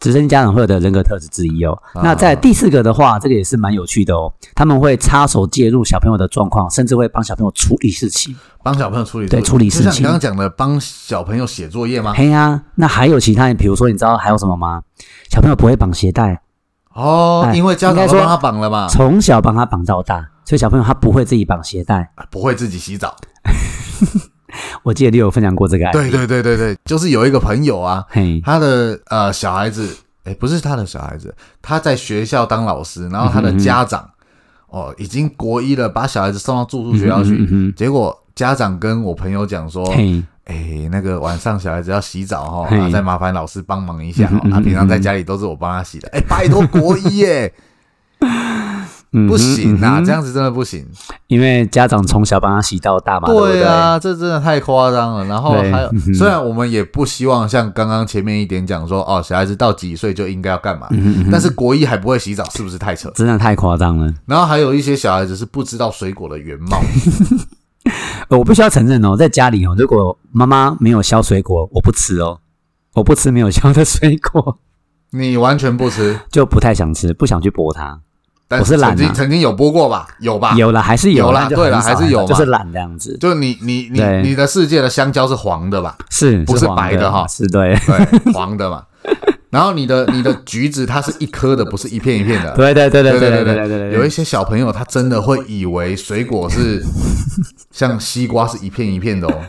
Speaker 2: 直升家长会有的人格特质之一哦。
Speaker 1: 啊
Speaker 2: 那在第四个的话，这个也是蛮有趣的哦，他们会插手介入小朋友的状况，甚至会帮小朋友处理事情。
Speaker 1: 帮小朋友处理
Speaker 2: 对处理事情
Speaker 1: 就像你刚刚讲的，帮小朋友写作业吗？
Speaker 2: 嘿呀、那还有其他人，比如说你知道还有什么吗？小朋友不会绑鞋带，
Speaker 1: 哦，
Speaker 2: 哎
Speaker 1: 因为家
Speaker 2: 应
Speaker 1: 长
Speaker 2: 该
Speaker 1: 都
Speaker 2: 说
Speaker 1: 帮他绑了嘛，
Speaker 2: 从小帮他绑到大，所以小朋友他不会自己绑鞋带。
Speaker 1: 不会自己洗澡。
Speaker 2: 我记得你有分享过这个案
Speaker 1: 对
Speaker 2: 例，
Speaker 1: 对对对对，就是有一个朋友啊，
Speaker 2: 嘿，
Speaker 1: 他的呃小孩子，哎，不是他的小孩子，他在学校当老师，然后他的家长、哦已经国一了，把小孩子送到住宿学校去，
Speaker 2: 嗯哼
Speaker 1: 结果家长跟我朋友讲说。
Speaker 2: 嘿，
Speaker 1: 哎，那个晚上小孩子要洗澡哦，
Speaker 2: 嘿
Speaker 1: 啊，再麻烦老师帮忙一下哦。
Speaker 2: 嗯哼
Speaker 1: 他、平常在家里都是我帮他洗的。哎，拜托国一耶，
Speaker 2: 嗯哼
Speaker 1: 不行啊，
Speaker 2: 嗯哼
Speaker 1: 这样子真的不行。
Speaker 2: 因为家长从小帮他洗到大嘛，对不
Speaker 1: 对啊，这真的太夸张了。然后
Speaker 2: 对
Speaker 1: 还有
Speaker 2: 嗯，哼
Speaker 1: 虽然我们也不希望像刚刚前面一点讲说，哦，小孩子到几岁就应该要干嘛，
Speaker 2: 嗯
Speaker 1: 但是国一还不会洗澡，是不是太扯？
Speaker 2: 真的太夸张了。
Speaker 1: 然后还有一些小孩子是不知道水果的原 貌，
Speaker 2: 呃，我必须要承认哦，在家里哦，如果妈妈没有削水果，我不吃哦，我不吃没有削的水果，
Speaker 1: 你完全不吃，
Speaker 2: 就不太想吃，不想去剥它。
Speaker 1: 但
Speaker 2: 我是懒啊
Speaker 1: 曾经曾经有播过吧？有吧？
Speaker 2: 有了还是
Speaker 1: 有啦
Speaker 2: 啦，就
Speaker 1: 对啦
Speaker 2: 很少
Speaker 1: 还是
Speaker 2: 啦
Speaker 1: 有嘛
Speaker 2: 就是懒这样子，
Speaker 1: 就你你你
Speaker 2: 对
Speaker 1: 你的世界的香蕉是黄的吧？
Speaker 2: 是
Speaker 1: 不是
Speaker 2: 是黄
Speaker 1: 白的哈
Speaker 2: 是对，
Speaker 1: 对，黄的嘛。然后你的你的橘子它是一颗的，不是一片一片的。
Speaker 2: 对对对对
Speaker 1: 对
Speaker 2: 对
Speaker 1: 对
Speaker 2: 对对，
Speaker 1: 有一些小朋友他真的会以为水果 是像西瓜是一片一片的哦。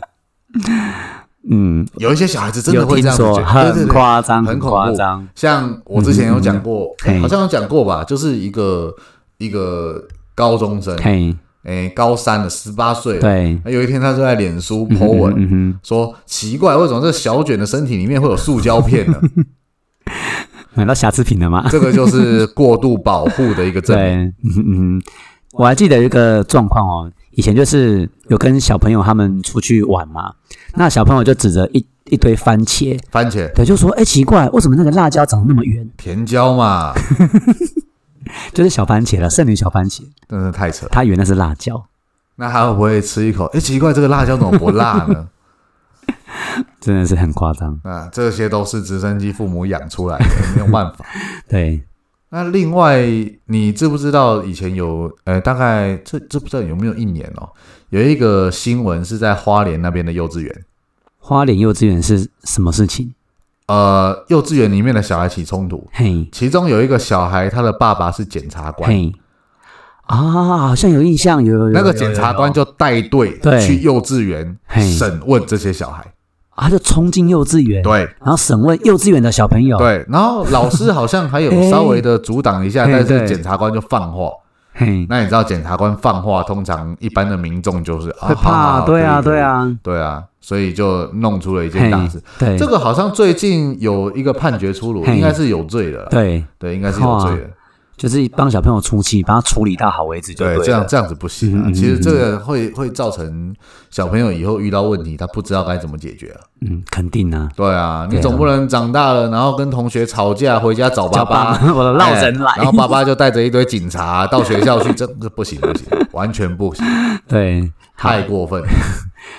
Speaker 2: 嗯，
Speaker 1: 有一些小孩子真
Speaker 2: 有
Speaker 1: 的会这
Speaker 2: 听
Speaker 1: 样子觉
Speaker 2: 说
Speaker 1: 得，对对
Speaker 2: 很
Speaker 1: 对，
Speaker 2: 夸张，
Speaker 1: 很恐
Speaker 2: 夸
Speaker 1: 怖
Speaker 2: 张，
Speaker 1: 像我之前有讲过，
Speaker 2: 嗯嗯嗯
Speaker 1: 好像有讲过吧，就是一个一个高中生，哎、
Speaker 2: 嘿，
Speaker 1: 高三的十八岁，
Speaker 2: 对，
Speaker 1: 那有一天他就在脸书
Speaker 2: 嗯
Speaker 1: po 文、
Speaker 2: 嗯哼
Speaker 1: 说，奇怪，为什么这小卷的身体里面会有塑胶片 呢？
Speaker 2: 嗯哼，买到瑕疵品了吗？
Speaker 1: 这个就是过度保护的一个证
Speaker 2: 对
Speaker 1: 明。，
Speaker 2: 嗯哼嗯哼，我还记得一个状况哦，以前就是有跟小朋友他们出去玩嘛，
Speaker 1: 嗯
Speaker 2: 那小朋友就指着一一堆番茄，
Speaker 1: 番茄、
Speaker 2: 对，就说，哎，奇怪，为什么那个辣椒长得那么圆？
Speaker 1: 甜椒嘛，
Speaker 2: 就是小番茄了，剩女小番茄，
Speaker 1: 真的太扯。
Speaker 2: 它原来是辣椒，
Speaker 1: 那他会不会吃一口？哎，奇怪，这个辣椒怎么不辣 呢？
Speaker 2: 真的是很夸张，
Speaker 1: 啊，这些都是直升机父母养出来的，没有办法。
Speaker 2: 对，
Speaker 1: 那另外，你知不知道以前有呃，大概这这不知道有没有一年哦，有一个新闻是在花莲那边的幼稚园，
Speaker 2: 花莲幼稚园是什么事情？
Speaker 1: 呃，幼稚园里面的小孩起冲突，
Speaker 2: 嘿，
Speaker 1: 其中有一个小孩，他的爸爸是检察官，
Speaker 2: 嘿，啊，好像有印象，有有有
Speaker 1: 那个
Speaker 2: 有
Speaker 1: 检
Speaker 2: 有
Speaker 1: 察
Speaker 2: 有
Speaker 1: 官就带队
Speaker 2: 对
Speaker 1: 去幼稚园
Speaker 2: 嘿
Speaker 1: 审问这些小孩，
Speaker 2: 啊，就冲进幼稚园，
Speaker 1: 对
Speaker 2: 然后审问幼稚园的小朋友，，
Speaker 1: 对，然后老师好像还有
Speaker 2: 哎
Speaker 1: 稍微的阻挡一下，
Speaker 2: 嘿
Speaker 1: 但
Speaker 2: 对
Speaker 1: 是检察官就放话。
Speaker 2: 嘿，
Speaker 1: 那你知道检察官放话，通常一般的民众就是啊，
Speaker 2: 会
Speaker 1: 好好
Speaker 2: 怕，
Speaker 1: 好
Speaker 2: 对啊，
Speaker 1: 可以可以
Speaker 2: 对啊，
Speaker 1: 对啊，所以就弄出了一件
Speaker 2: 嘿
Speaker 1: 大事。，
Speaker 2: 对，
Speaker 1: 这个好像最近有一个判决出炉，
Speaker 2: 嘿
Speaker 1: 应该是有罪的啦。
Speaker 2: 对，
Speaker 1: 对，应该是有罪的。
Speaker 2: 就是帮小朋友出气，帮他处理到好为止就
Speaker 1: 对，
Speaker 2: 了
Speaker 1: 这样这样子不行啊。
Speaker 2: 嗯嗯嗯
Speaker 1: 其实这个会会造成小朋友以后遇到问题，他不知道该怎么解决啊。
Speaker 2: 嗯，肯定啊，
Speaker 1: 对啊，
Speaker 2: 对
Speaker 1: 你
Speaker 2: 啊
Speaker 1: 总不能长大了，然后跟同学吵架，回家找爸爸，
Speaker 2: 叫 我的落人
Speaker 1: 哎然
Speaker 2: 来
Speaker 1: 后，爸爸就带着一堆警察到学校去，这这不行不行，完全不行，
Speaker 2: 对，好
Speaker 1: 太过分了。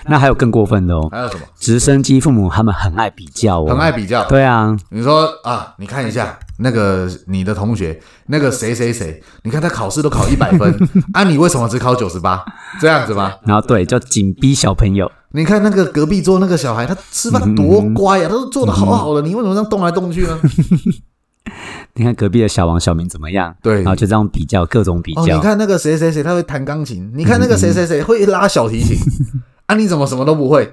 Speaker 2: 那还有更过分的哦，
Speaker 1: 还有 什么？
Speaker 2: 直升机父母他们很爱比较哦，
Speaker 1: 很爱，比较，
Speaker 2: 对啊，
Speaker 1: 你说啊，你看一下那个你的同学，那个谁谁谁，你看他考试都考一百 分，啊，你为什么只考九十八？这样子吗？
Speaker 2: 然后对，就紧逼小朋友，
Speaker 1: 你看那个隔壁桌那个小孩，他吃饭多
Speaker 2: 嗯
Speaker 1: 乖呀、啊他都做的好好的，你为什么这样动来动去 呢？
Speaker 2: 你看隔壁的小王小明怎么样，
Speaker 1: 对
Speaker 2: 然后就这样比较各种比
Speaker 1: 哦，你
Speaker 2: 较，
Speaker 1: 看那个谁谁谁他会弹钢琴，你看那个谁谁谁会拉小提 琴，啊，你怎么什么都不会？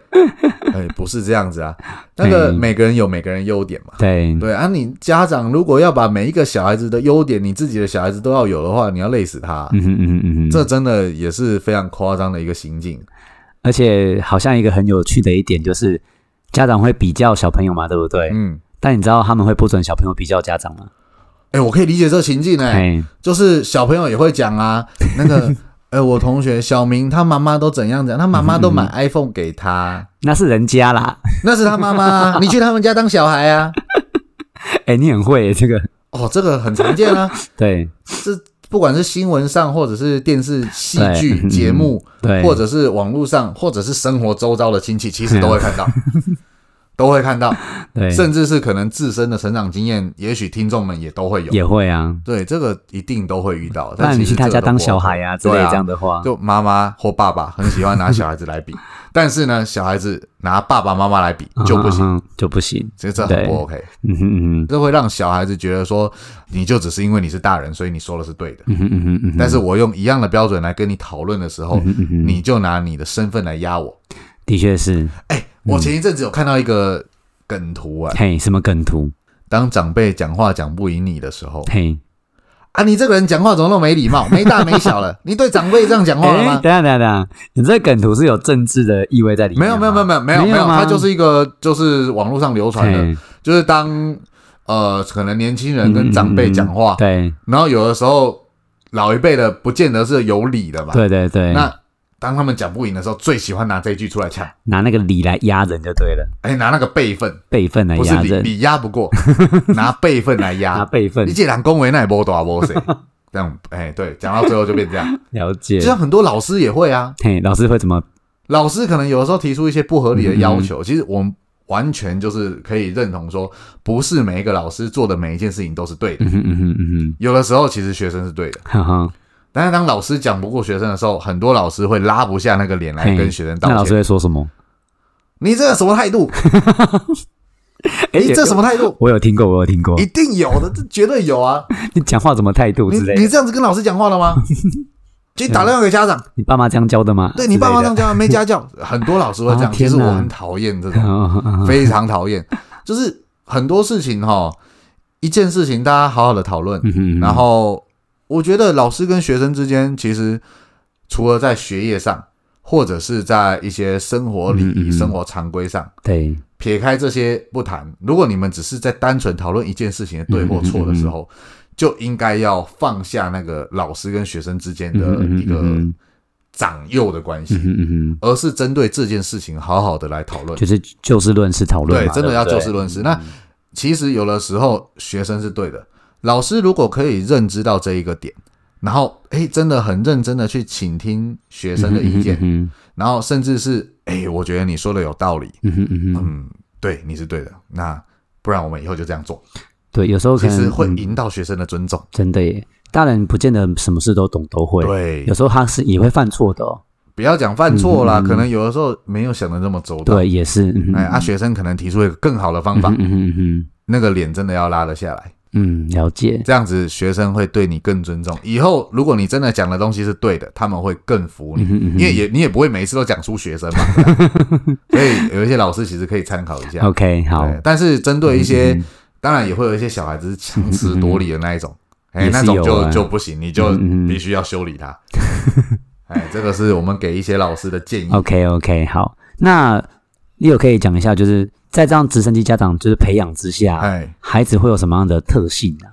Speaker 1: 哎，不是这样子啊，那个
Speaker 2: 嗯
Speaker 1: 每个人有每个人优点嘛。
Speaker 2: 对，
Speaker 1: 对啊，你家长如果要把每一个小孩子的优点，你自己的小孩子都要有的话，你要累死他啊、
Speaker 2: 嗯哼嗯哼嗯哼，
Speaker 1: 这真的也是非常夸张的一个行径。
Speaker 2: 而且好像一个很有趣的一点就是，家长会比较小朋友嘛，对不对？
Speaker 1: 嗯，
Speaker 2: 但你知道他们会不准小朋友比较家长吗？
Speaker 1: 哎，我可以理解这情境哎、
Speaker 2: 哎、
Speaker 1: 就是小朋友也会讲 啊，那个，呃，我同学小明他妈妈都怎样怎样，他妈妈都 买 iPhone 给他，
Speaker 2: 那是人家啦。
Speaker 1: 那是他妈妈啊，你去他们家当小孩啊。
Speaker 2: 哎、你很会耶这个，
Speaker 1: 哦，这个很常见 啊，
Speaker 2: 对
Speaker 1: 这不管是新闻上，或者是电视戏剧
Speaker 2: 对嗯
Speaker 1: 节目，
Speaker 2: 对，
Speaker 1: 或者是网络上，或者是生活周遭的亲戚，其实都会看 到，都会看到，
Speaker 2: 对
Speaker 1: 甚至是可能自身的成长经验，也许听众们也都会有。
Speaker 2: 也会啊。
Speaker 1: 对，这个一定都会遇到。
Speaker 2: 不然
Speaker 1: 但
Speaker 2: 你
Speaker 1: 其
Speaker 2: 去
Speaker 1: 实
Speaker 2: 他
Speaker 1: 这
Speaker 2: 家
Speaker 1: 个都
Speaker 2: 当
Speaker 1: 不
Speaker 2: 小
Speaker 1: 好
Speaker 2: 孩啊之类
Speaker 1: 对啊
Speaker 2: 这样的话，
Speaker 1: 就妈妈或爸爸很喜欢拿小孩子来 比，但是呢，小孩子拿爸爸妈妈来比就不行，
Speaker 2: 嗯哼，嗯哼就不行。
Speaker 1: 其实这很
Speaker 2: 对
Speaker 1: 不 OK，
Speaker 2: 嗯哼嗯哼
Speaker 1: 这会让小孩子觉得说，你就只是因为你是大人，所以你说的是对的。
Speaker 2: 嗯哼嗯哼嗯哼，
Speaker 1: 但是我用一样的标准来跟你讨论的时候，
Speaker 2: 嗯哼嗯哼
Speaker 1: 你就拿你的身份来压我。
Speaker 2: 的确是，
Speaker 1: 哎，
Speaker 2: 嗯
Speaker 1: 我前一阵子有看到一个梗图啊，
Speaker 2: 嘿，什么梗图？
Speaker 1: 当长辈讲话讲不赢你的时候，
Speaker 2: 嘿，
Speaker 1: 啊，你这个人讲话怎么那么没礼 貌，没大没小了？你对长辈这样讲话了
Speaker 2: 哎、
Speaker 1: 吗
Speaker 2: 等？一下等一下等一下，你这个梗图是有政治的意味在里面啊
Speaker 1: 没有
Speaker 2: 吗？
Speaker 1: 没有没有没有没有没有，
Speaker 2: 吗嗯
Speaker 1: 它就是一个就是网络上流传的，
Speaker 2: 嘿
Speaker 1: 就是当呃可能年轻人
Speaker 2: 嗯
Speaker 1: 跟长辈讲话，
Speaker 2: 对
Speaker 1: 然后有的时候老一辈的不见得是有理的嘛，
Speaker 2: 对对对，
Speaker 1: 那当他们讲不赢的时候，最喜欢拿这一句出来呛，
Speaker 2: 拿那个理来压人就对了，
Speaker 1: 哎，拿那个辈分，
Speaker 2: 辈分来
Speaker 1: 不是
Speaker 2: 压
Speaker 1: 理
Speaker 2: 人，
Speaker 1: 理压不 过，拿辈分来
Speaker 2: 哎拿
Speaker 1: 压，
Speaker 2: 辈分
Speaker 1: 你这人恭维那也波大波 谁，这样哎对，讲到最后就变这样，
Speaker 2: 了解
Speaker 1: 就。像很多老师也会啊，
Speaker 2: 嘿，老师会怎么？嗯
Speaker 1: 老师可能有的时候提出一些不合理的要求，其实我们完全就是可以认同说，不是每一个老师做的每一件事情都是对的，
Speaker 2: 嗯哼嗯哼嗯
Speaker 1: 有的时候其实学生是对的。
Speaker 2: 哼，哈哈。
Speaker 1: 但是当老师讲不过学生的时候，很多老师会拉不下那个脸来
Speaker 2: 嘿
Speaker 1: 跟学生道
Speaker 2: 那老师
Speaker 1: 歉。
Speaker 2: 会说什么？
Speaker 1: 你这个什么态度？
Speaker 2: 哎
Speaker 1: 你这什么态度？
Speaker 2: 我有听过，我有听过
Speaker 1: 一。定有的，这绝对有啊！
Speaker 2: 你讲话怎么态度
Speaker 1: 你
Speaker 2: 之类
Speaker 1: 你
Speaker 2: 的？
Speaker 1: 这样子跟老师讲话了 吗？就打电话给家长，
Speaker 2: 你爸妈这样教啊的吗？
Speaker 1: 对你爸妈这样
Speaker 2: 教。
Speaker 1: 讲没家教，很多老师会这样。
Speaker 2: 啊
Speaker 1: 其
Speaker 2: 天
Speaker 1: 实
Speaker 2: 哪
Speaker 1: 我很讨厌这种，
Speaker 2: 嗯嗯嗯
Speaker 1: 非常讨厌。就是很多事情哈，一件事情大家好好的讨论，
Speaker 2: 嗯哼
Speaker 1: 然后我觉得老师跟学生之间，其实除了在学业上，或者是在一些生活礼
Speaker 2: 嗯嗯
Speaker 1: 仪、
Speaker 2: 嗯
Speaker 1: 生活常规上，
Speaker 2: 对，
Speaker 1: 撇开这些不谈，如果你们只是在单纯讨论一件事情的对或错的时
Speaker 2: 嗯
Speaker 1: 候，就应该要放下那个老师跟学生之间的一个
Speaker 2: 嗯
Speaker 1: 长幼的关系，
Speaker 2: 哼嗯哼，
Speaker 1: 而是针对这件事情好好的来讨论。
Speaker 2: 就是就事论事讨论
Speaker 1: 对
Speaker 2: 嘛，，
Speaker 1: 真的要
Speaker 2: 对不
Speaker 1: 就
Speaker 2: 对嗯
Speaker 1: 事论事。那其实有的时候学生是对的，老师如果可以认知到这一个点，然后诶真的很认真的去倾听学生的意见，
Speaker 2: 嗯
Speaker 1: 然后甚至是诶我觉得你说的有道理，
Speaker 2: 哼嗯哼嗯哼嗯哼，
Speaker 1: 嗯，对，你是对的，那不然我们以后就这样做，
Speaker 2: 对，有时候可
Speaker 1: 其
Speaker 2: 能
Speaker 1: 实会
Speaker 2: 嗯
Speaker 1: 引导学生的尊重。
Speaker 2: 真的耶，大人不见得什么事都懂都会，
Speaker 1: 对
Speaker 2: 有，时候他是也会犯错的哦。
Speaker 1: 不要讲犯错啦，
Speaker 2: 嗯嗯嗯
Speaker 1: 可能有的时候没有想的那么周到。
Speaker 2: 对，也是，嗯哼
Speaker 1: 哎，啊，学生可能提出一个更好的方
Speaker 2: 嗯
Speaker 1: 法
Speaker 2: 哼，嗯哼嗯哼
Speaker 1: 那个脸真的要拉得下来。
Speaker 2: 嗯，了解，
Speaker 1: 这样子学生会对你更尊重。以后如果你真的讲的东西是对的，他们会更服你，
Speaker 2: 嗯哼嗯哼
Speaker 1: 因为也你也不会每一次都讲出学生嘛。对吧 所以有一些老师其实可以参考一下。
Speaker 2: OK，好，嗯
Speaker 1: 对，但是针对一些，当然也会有一些小孩子是强词夺理的那一种，哎、
Speaker 2: 也是
Speaker 1: 那种
Speaker 2: 有
Speaker 1: 就
Speaker 2: 啊
Speaker 1: 就不行，你就
Speaker 2: 嗯嗯嗯
Speaker 1: 必须要修理 他。哎，这个是我们给一些老师的建议。
Speaker 2: OK OK，好，那也有可以讲一下，就是在这样直升机家长就是培养之下，
Speaker 1: 哎，
Speaker 2: 孩子会有什么样的特性啊呢、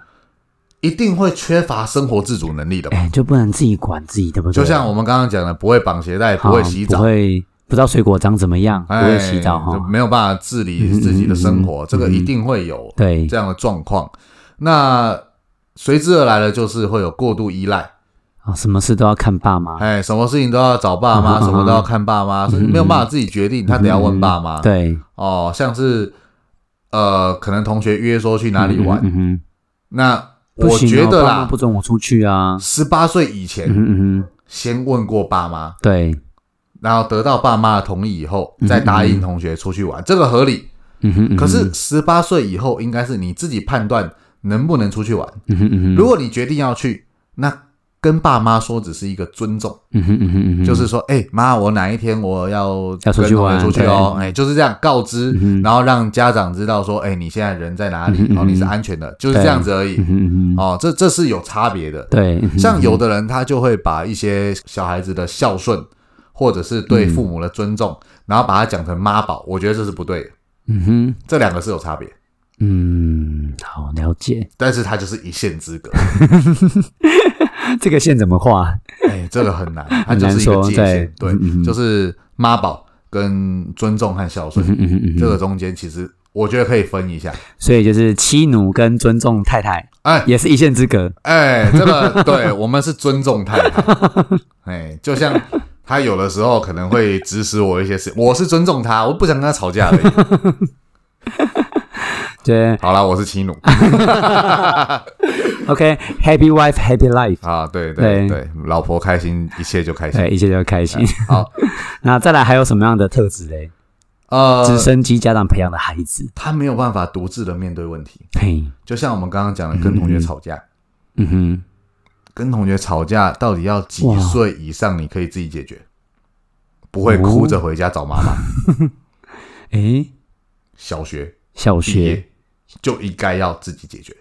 Speaker 1: 一定会缺乏生活自主能力的嘛，
Speaker 2: 哎，就不能自己管自己，对不对？
Speaker 1: 就像我们刚刚讲的，不会绑鞋带，不会
Speaker 2: 好
Speaker 1: 洗澡
Speaker 2: 不，会不知道水果长怎么样，不会洗澡
Speaker 1: 哎就
Speaker 2: 哈。
Speaker 1: 没有办法治理自己的生活，
Speaker 2: 嗯嗯嗯
Speaker 1: 这个一定会有
Speaker 2: 对
Speaker 1: 这样的状况。那随之而来的就是会有过度依赖，
Speaker 2: 啊，什么事都要看爸妈。
Speaker 1: 哎，什么事情都要找爸妈，
Speaker 2: 嗯嗯嗯
Speaker 1: 什么都要看爸妈，甚至没有办法自己决定，他得要问爸妈。
Speaker 2: 嗯对，
Speaker 1: 哦，像是呃，可能同学约说去哪里玩，
Speaker 2: 嗯哼，
Speaker 1: 那
Speaker 2: 不
Speaker 1: 我
Speaker 2: 行哦
Speaker 1: 觉得
Speaker 2: 爸妈
Speaker 1: 啦
Speaker 2: 不，准我出去啊。
Speaker 1: 十八岁以
Speaker 2: 嗯
Speaker 1: 前
Speaker 2: 哼嗯哼，
Speaker 1: 先问过爸妈，
Speaker 2: 对，
Speaker 1: 然后得到爸妈的同意以后，再答应同学出去玩，这个合理。
Speaker 2: 嗯哼，嗯哼
Speaker 1: 可是，十八岁以后，应该是你自己判断能不能出去玩。
Speaker 2: 嗯哼嗯哼，
Speaker 1: 如果你决定要去，那跟爸妈说只是一个尊重，
Speaker 2: 嗯哼嗯哼嗯哼，
Speaker 1: 就是说，哎、妈，我哪一天我要
Speaker 2: 要出去
Speaker 1: 跟同学
Speaker 2: 玩嗯
Speaker 1: 出去哦，哎、就是这样告知，然后让家长知道说，哎、你现在人在哪里，
Speaker 2: 嗯哼嗯哼
Speaker 1: 然后你是安全的，就是这样子而已
Speaker 2: 嗯。哼嗯哼，
Speaker 1: 哦，这这是有差别的。
Speaker 2: 对，嗯哼
Speaker 1: 像有的人他就会把一些小孩子的孝顺，或者是
Speaker 2: 嗯
Speaker 1: 对父母的尊重，然后把它讲成妈宝，我觉得这是不对的，
Speaker 2: 嗯哼，
Speaker 1: 这两个是有差别。
Speaker 2: 嗯，好了解。
Speaker 1: 但是他就是一线之隔，
Speaker 2: 这个线怎么画？
Speaker 1: 哎，这个 很难，它就是一个界限，对
Speaker 2: 很难说对，嗯嗯
Speaker 1: 就是妈宝跟尊重和孝顺，
Speaker 2: 嗯嗯
Speaker 1: 这个中间其实我觉得可以分一 下，
Speaker 2: 所以就是妻奴跟尊重太太
Speaker 1: 哎
Speaker 2: 也是一线之隔。
Speaker 1: 哎，这个对我们是尊重太太， 哎，就像他有的时候可能会指使我一些事，我是尊重他，我不想跟他吵架 的。
Speaker 2: 对
Speaker 1: 好啦，我是妻奴
Speaker 2: ，OK，Happy wife, Happy life，
Speaker 1: 啊，对对
Speaker 2: 对
Speaker 1: 对，老婆开心，一切就开心。
Speaker 2: 对，一切就开心。
Speaker 1: 好，
Speaker 2: 那再来还有什么样的特质嘞？
Speaker 1: 呃，
Speaker 2: 直升机家长培养的孩子，
Speaker 1: 他没有办法独自的面对问题，
Speaker 2: 嘿，
Speaker 1: 就像我们刚刚讲的，跟同学吵架。
Speaker 2: 嗯哼，
Speaker 1: 跟同学吵架到底要几
Speaker 2: 哇
Speaker 1: 岁以上你可以自己解决，不
Speaker 2: 哦
Speaker 1: 会哭着回家找妈妈。
Speaker 2: 诶，
Speaker 1: 小学
Speaker 2: 小
Speaker 1: 毕
Speaker 2: 学
Speaker 1: 业就应该要自己解决，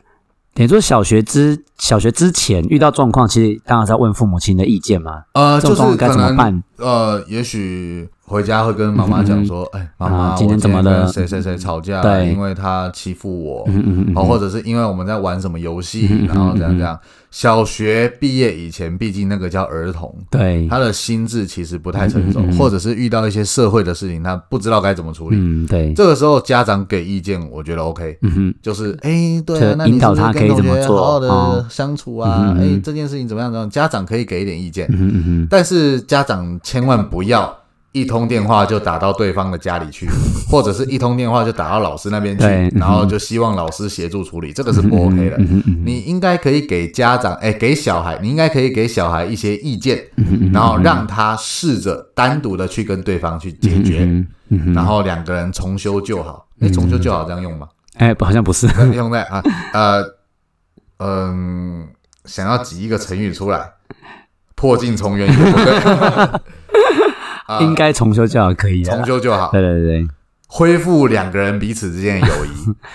Speaker 2: 等于说小学之小学之前遇到状况，其实当然是要问父母亲的意见嘛。
Speaker 1: 呃，
Speaker 2: 这
Speaker 1: 就
Speaker 2: 种
Speaker 1: 是
Speaker 2: 状况该
Speaker 1: 可
Speaker 2: 怎么
Speaker 1: 能
Speaker 2: 办
Speaker 1: 呃，也许回家会跟妈妈讲说，哎，妈妈，
Speaker 2: 啊
Speaker 1: 我
Speaker 2: 今天怎么
Speaker 1: 跟
Speaker 2: 了嗯
Speaker 1: 谁谁谁吵架，
Speaker 2: 对
Speaker 1: 因为他欺负我，
Speaker 2: 嗯嗯嗯
Speaker 1: 哦，或者是因为我们在玩什么游戏
Speaker 2: 嗯，嗯
Speaker 1: 然后这样
Speaker 2: 嗯嗯
Speaker 1: 这样。小学毕业以前，毕竟那个叫儿童，
Speaker 2: 对，
Speaker 1: 他的心智其实不太成熟
Speaker 2: 嗯嗯嗯嗯，嗯
Speaker 1: 或者是遇到一些社会的事情，他不知道该怎么处理。
Speaker 2: 嗯对，
Speaker 1: 这个时候家长给意见，我觉得 OK，
Speaker 2: 嗯哼，
Speaker 1: 就是哎，对啊
Speaker 2: 就，
Speaker 1: 那你
Speaker 2: 引导他
Speaker 1: 是不是跟
Speaker 2: 可以怎
Speaker 1: 同
Speaker 2: 么
Speaker 1: 学
Speaker 2: 做
Speaker 1: 好好的
Speaker 2: 哦
Speaker 1: 相处啊
Speaker 2: 嗯，哼
Speaker 1: 哎、
Speaker 2: 嗯哼
Speaker 1: 这件事情怎么样？怎么样？家长可以给一点意见，
Speaker 2: 嗯哼嗯哼，
Speaker 1: 但是家长千万不要一通电话就打到对方的家 里去，或者是一通电话就打到老师那边去
Speaker 2: 对嗯，哼嗯
Speaker 1: 然后就希望老师协助处理，这个是不 OK 的。你应该可以给家长，哎、给小孩，你应该可以给小孩一些意见，
Speaker 2: 嗯
Speaker 1: 然后让他试着单独的去跟对方去解
Speaker 2: 嗯
Speaker 1: 决，然后两个人重修旧好。哎、重修旧好这样用吗？
Speaker 2: 哎，不好像不是，
Speaker 1: 用在啊，呃，嗯、想要挤一个成语出来，破镜重圆也不对，啊
Speaker 2: 应该重修就好，可以
Speaker 1: 重
Speaker 2: 了。
Speaker 1: 修就好，
Speaker 2: 对对对，对
Speaker 1: 恢复两个人彼此之间的友谊。